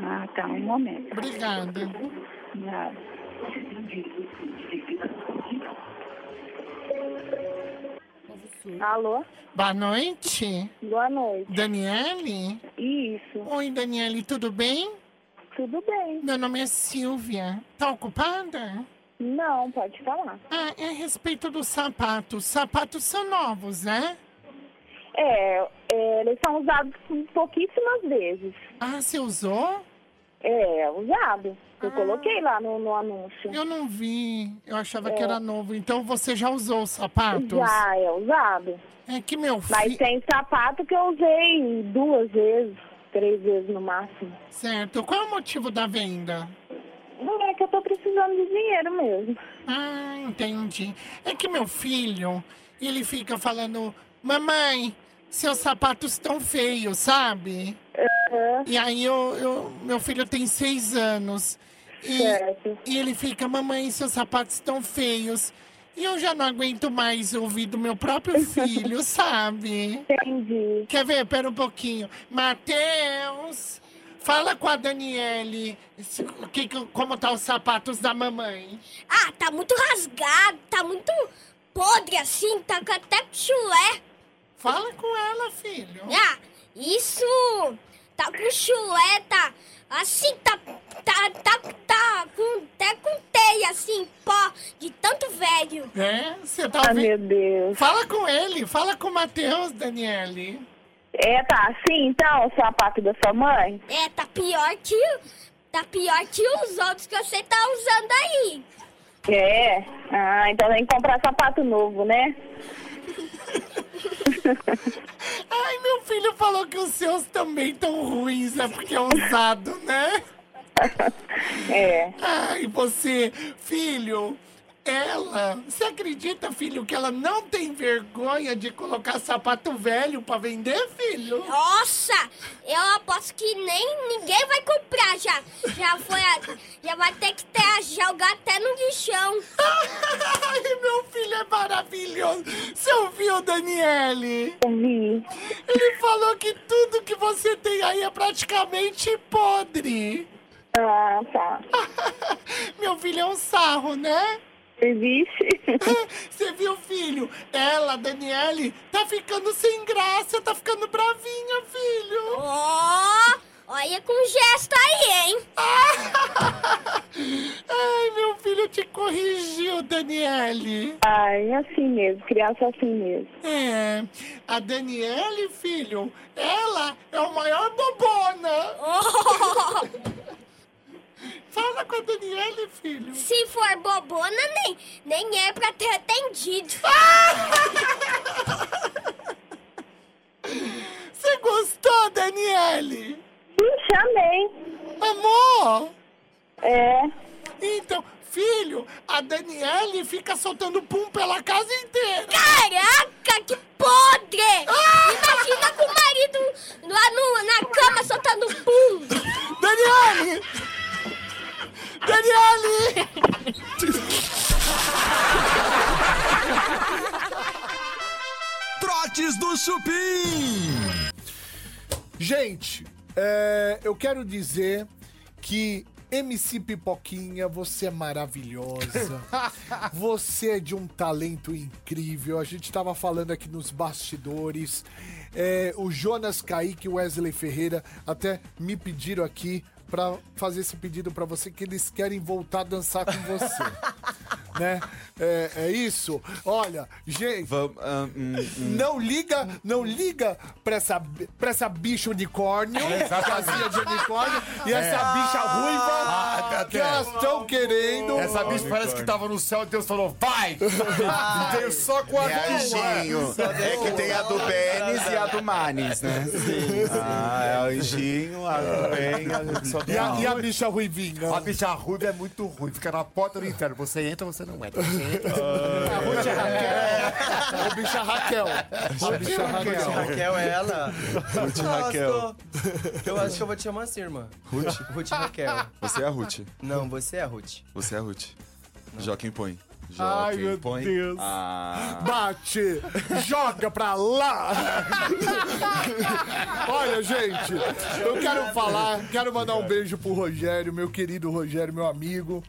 [SPEAKER 9] Ah, tá. Um momento.
[SPEAKER 12] Obrigada.
[SPEAKER 9] Nada. Alô?
[SPEAKER 12] Boa noite.
[SPEAKER 9] Boa noite.
[SPEAKER 12] Daniele?
[SPEAKER 9] Isso.
[SPEAKER 12] Oi, Daniele, tudo bem?
[SPEAKER 9] Tudo bem.
[SPEAKER 12] Meu nome é Silvia. Tá ocupada?
[SPEAKER 9] Não, pode falar.
[SPEAKER 12] Ah, é a respeito dos sapatos. Sapatos são novos, né?
[SPEAKER 9] É, é, eles são usados pouquíssimas vezes.
[SPEAKER 12] Ah, você usou?
[SPEAKER 9] É, usado. Eu coloquei lá no, no anúncio.
[SPEAKER 12] Eu não vi. Eu achava que era novo. Então você já usou os sapatos?
[SPEAKER 9] Já é usado.
[SPEAKER 12] É que meu
[SPEAKER 9] Mas
[SPEAKER 12] filho.
[SPEAKER 9] tem sapato que eu usei duas vezes, três vezes no máximo.
[SPEAKER 12] Certo. Qual é o motivo da venda?
[SPEAKER 9] Não é que eu tô precisando de dinheiro mesmo.
[SPEAKER 12] Ah, entendi. É que meu filho, ele fica falando, mamãe, seus sapatos estão feios, sabe? E aí eu, eu- meu filho tem seis anos. E,
[SPEAKER 9] Certo.
[SPEAKER 12] e ele fica, mamãe, seus sapatos estão feios. E eu já não aguento mais ouvir do meu próprio filho, sabe?
[SPEAKER 9] Entendi.
[SPEAKER 12] Quer ver? Pera um pouquinho. Matheus, fala com a Daniele se- o que que- como tá os sapatos da mamãe.
[SPEAKER 13] Ah, tá muito rasgado, tá muito podre assim, tá com até chulé.
[SPEAKER 12] Fala com ela, filho.
[SPEAKER 13] Ah, isso! Tá com chulé, tá assim, tá, tá, tá, tá com, até com teia assim, pó, de tanto velho.
[SPEAKER 12] É, você tá
[SPEAKER 9] Ah,
[SPEAKER 12] ouvindo?
[SPEAKER 9] meu Deus.
[SPEAKER 12] Fala com ele, fala com o Matheus, Daniele.
[SPEAKER 9] É, tá assim então, o sapato da sua mãe?
[SPEAKER 13] É, tá pior que, tá pior que os outros que você tá usando aí.
[SPEAKER 9] É. Ah, então tem que comprar sapato novo, né?
[SPEAKER 12] Ai, meu filho falou que os seus também tão ruins, é porque é ousado, né?
[SPEAKER 9] É.
[SPEAKER 12] Ai, você, filho, ela. Você acredita, filho, que ela não tem vergonha de colocar sapato velho pra vender, filho?
[SPEAKER 13] Nossa, eu aposto que nem ninguém vai comprar já. Já foi, a- já vai ter que ter a jogar até no lixão.
[SPEAKER 12] Ai, meu filho é maravilhoso. Você ouviu, Daniele?
[SPEAKER 9] Vi.
[SPEAKER 12] Ele falou que tudo que você tem aí é praticamente podre.
[SPEAKER 9] Ah, tá.
[SPEAKER 12] Meu filho é um sarro, né?
[SPEAKER 9] Vixe.
[SPEAKER 12] Você viu, filho? Ela, Daniele, tá ficando sem graça, tá ficando bravinha, filho.
[SPEAKER 13] Ó, olha com gesto aí, hein?
[SPEAKER 12] Ai, meu filho te corrigiu, Daniele.
[SPEAKER 9] Ai, é assim mesmo, criança é assim mesmo.
[SPEAKER 12] É, a Daniele, filho, ela é o maior bobona. Fala com a Daniele, filho.
[SPEAKER 13] Se for bobona, nem, nem é pra ter atendido.
[SPEAKER 12] Ah! Você gostou, Daniele?
[SPEAKER 9] Ih, chamei.
[SPEAKER 12] Amor!
[SPEAKER 9] É.
[SPEAKER 12] Então, filho, a Daniele fica soltando pum pela casa inteira.
[SPEAKER 13] Caraca, que podre! Imagina com o marido lá no, na cama soltando pum.
[SPEAKER 12] Daniele! Daniele!
[SPEAKER 1] Trotes do Chupim.
[SPEAKER 3] Gente, é, eu quero dizer que MC Pipoquinha, você é maravilhosa. você é de um talento incrível. A gente tava falando aqui nos bastidores. É, o Jonas Kaique e o Wesley Ferreira até me pediram aqui pra fazer esse pedido pra você que eles querem voltar a dançar com você. né? É, é isso. Olha, gente.
[SPEAKER 7] ah, hum,
[SPEAKER 3] Não liga, não liga pra essa, pra essa bicha unicórnio,
[SPEAKER 2] É, exatamente.
[SPEAKER 3] casinha de unicórnio, e
[SPEAKER 2] É.
[SPEAKER 3] essa bicha
[SPEAKER 2] Ah,
[SPEAKER 3] ruiva que
[SPEAKER 2] Tete.
[SPEAKER 3] elas estão querendo.
[SPEAKER 5] tá Essa bicha parece que tava no céu e Deus falou, vai!
[SPEAKER 3] Vai.
[SPEAKER 5] Veio só com a
[SPEAKER 7] Anjinho. É que tem a do Benes e a do Manes, né? Sim. Ah, é o anjinho, a do Ben, a do- só tem
[SPEAKER 5] Ah. E a,
[SPEAKER 7] uma.
[SPEAKER 5] e a
[SPEAKER 3] bicha ruivinha?
[SPEAKER 5] A bicha ruiva é muito ruim, fica na porta do inferno. Você entra, você não entra. Você entra. A bicha Raquel.
[SPEAKER 3] A bicha Raquel.
[SPEAKER 5] A bicha
[SPEAKER 8] Raquel. Raquel é ela.
[SPEAKER 7] Ruth
[SPEAKER 8] Nossa,
[SPEAKER 7] Raquel.
[SPEAKER 8] Eu acho que eu vou te chamar assim, irmã.
[SPEAKER 7] Ruth?
[SPEAKER 8] Ruth Raquel.
[SPEAKER 7] Você é a Ruth.
[SPEAKER 8] Não, você é a Ruth.
[SPEAKER 7] Você é a Ruth. Joaquim põe.
[SPEAKER 3] Ai,
[SPEAKER 7] Joaquim
[SPEAKER 3] meu
[SPEAKER 7] põe.
[SPEAKER 3] Deus.
[SPEAKER 7] Ah.
[SPEAKER 3] Bate, joga pra lá. Olha, gente, eu quero falar, quero mandar um beijo pro Rogério, meu querido Rogério, meu amigo.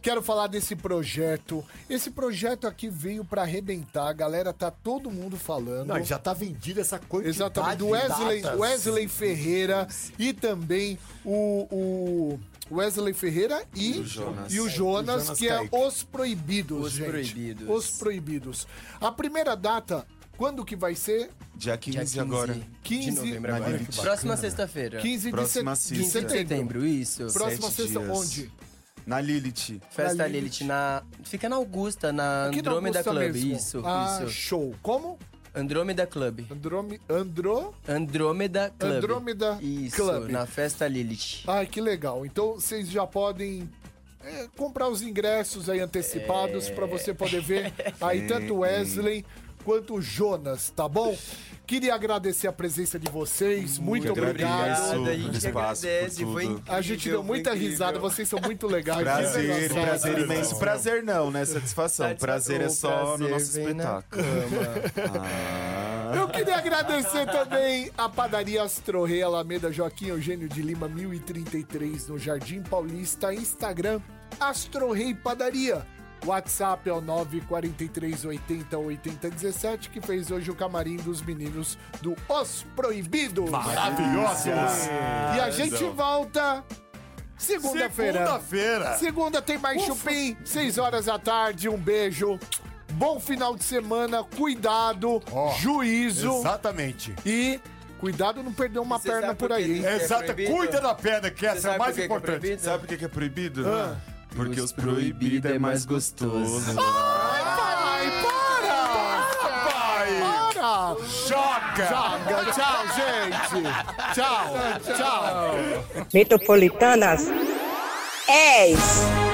[SPEAKER 3] Quero falar desse projeto. Esse projeto aqui veio pra arrebentar, a galera tá todo mundo falando.
[SPEAKER 5] Não, já tá vendida essa quantidade
[SPEAKER 3] Exatamente. O
[SPEAKER 5] de
[SPEAKER 3] Wesley,
[SPEAKER 5] datas.
[SPEAKER 3] Wesley Ferreira e também o, o Wesley Ferreira e,
[SPEAKER 7] E o Jonas.
[SPEAKER 3] e o Jonas,
[SPEAKER 7] O Jonas
[SPEAKER 3] que é
[SPEAKER 7] Kaique.
[SPEAKER 3] Os Proibidos,
[SPEAKER 7] Os
[SPEAKER 3] gente.
[SPEAKER 7] Proibidos.
[SPEAKER 3] Os Proibidos. A primeira data, quando que vai ser?
[SPEAKER 7] Dia 15, agora.
[SPEAKER 3] 15
[SPEAKER 7] Magnífico.
[SPEAKER 8] Próxima sexta-feira.
[SPEAKER 3] 15 de
[SPEAKER 7] É, Próxima
[SPEAKER 3] se-
[SPEAKER 7] sexta.
[SPEAKER 3] de setembro.
[SPEAKER 8] isso.
[SPEAKER 3] Próxima
[SPEAKER 7] Sete
[SPEAKER 3] sexta,
[SPEAKER 7] dias.
[SPEAKER 3] onde?
[SPEAKER 7] Na Lilith.
[SPEAKER 8] Festa Lilith na. Fica na Augusta, na
[SPEAKER 3] Aqui na
[SPEAKER 8] Andrômeda
[SPEAKER 3] Augusta
[SPEAKER 8] Club.
[SPEAKER 3] mesmo.
[SPEAKER 8] Isso,
[SPEAKER 3] Ah,
[SPEAKER 8] isso.
[SPEAKER 3] Show. Como?
[SPEAKER 8] Andrômeda Club.
[SPEAKER 3] Androme... Andro...
[SPEAKER 8] Andrômeda Club.
[SPEAKER 3] Andrômeda
[SPEAKER 8] Isso,
[SPEAKER 3] Club.
[SPEAKER 8] na Festa Lilith.
[SPEAKER 3] Ai, que legal. Então vocês já podem é, comprar os ingressos aí antecipados
[SPEAKER 8] É.
[SPEAKER 3] pra você poder ver aí
[SPEAKER 7] É. Sim.
[SPEAKER 3] tanto o Wesley quanto o Jonas, tá bom? Queria agradecer a presença de vocês. Muito,
[SPEAKER 7] Eu agradeço
[SPEAKER 3] obrigado.
[SPEAKER 7] o espaço, por tudo.
[SPEAKER 3] A gente deu muita risada, vocês são muito legais.
[SPEAKER 7] Prazer,
[SPEAKER 3] Engraçado.
[SPEAKER 7] prazer imenso. Prazer não, né? Satisfação.
[SPEAKER 3] Satisfação.
[SPEAKER 7] Prazer é só
[SPEAKER 3] Prazer
[SPEAKER 7] no nosso
[SPEAKER 3] vem na
[SPEAKER 7] espetáculo. Ah.
[SPEAKER 3] Eu queria agradecer também a padaria Astro Rei Alameda Joaquim Eugênio de Lima, 1033, no Jardim Paulista, Instagram, Astro Rei Padaria. WhatsApp é o 943 80 80 17, que fez hoje o camarim dos meninos do Os Proibidos.
[SPEAKER 5] Maravilhosos!
[SPEAKER 3] E a gente volta segunda-feira.
[SPEAKER 5] Segunda-feira.
[SPEAKER 3] Segunda tem mais chupim, 6 horas da tarde. Um beijo. Bom final de semana, cuidado, juízo.
[SPEAKER 5] Exatamente.
[SPEAKER 3] E cuidado não perder uma
[SPEAKER 5] Você
[SPEAKER 3] perna
[SPEAKER 5] sabe
[SPEAKER 3] por
[SPEAKER 5] por que
[SPEAKER 3] aí.
[SPEAKER 5] isso
[SPEAKER 4] né?
[SPEAKER 5] é Exato, proibido? cuida da perna, que essa é a mais importante.
[SPEAKER 7] Sabe por que que é proibido?
[SPEAKER 5] Ah.
[SPEAKER 7] Porque os proibidos é mais gostoso.
[SPEAKER 3] Ai, para! Para!
[SPEAKER 5] Joga!
[SPEAKER 3] Joga! Tchau, gente! Tchau, tchau!
[SPEAKER 14] Metropolitanas 10.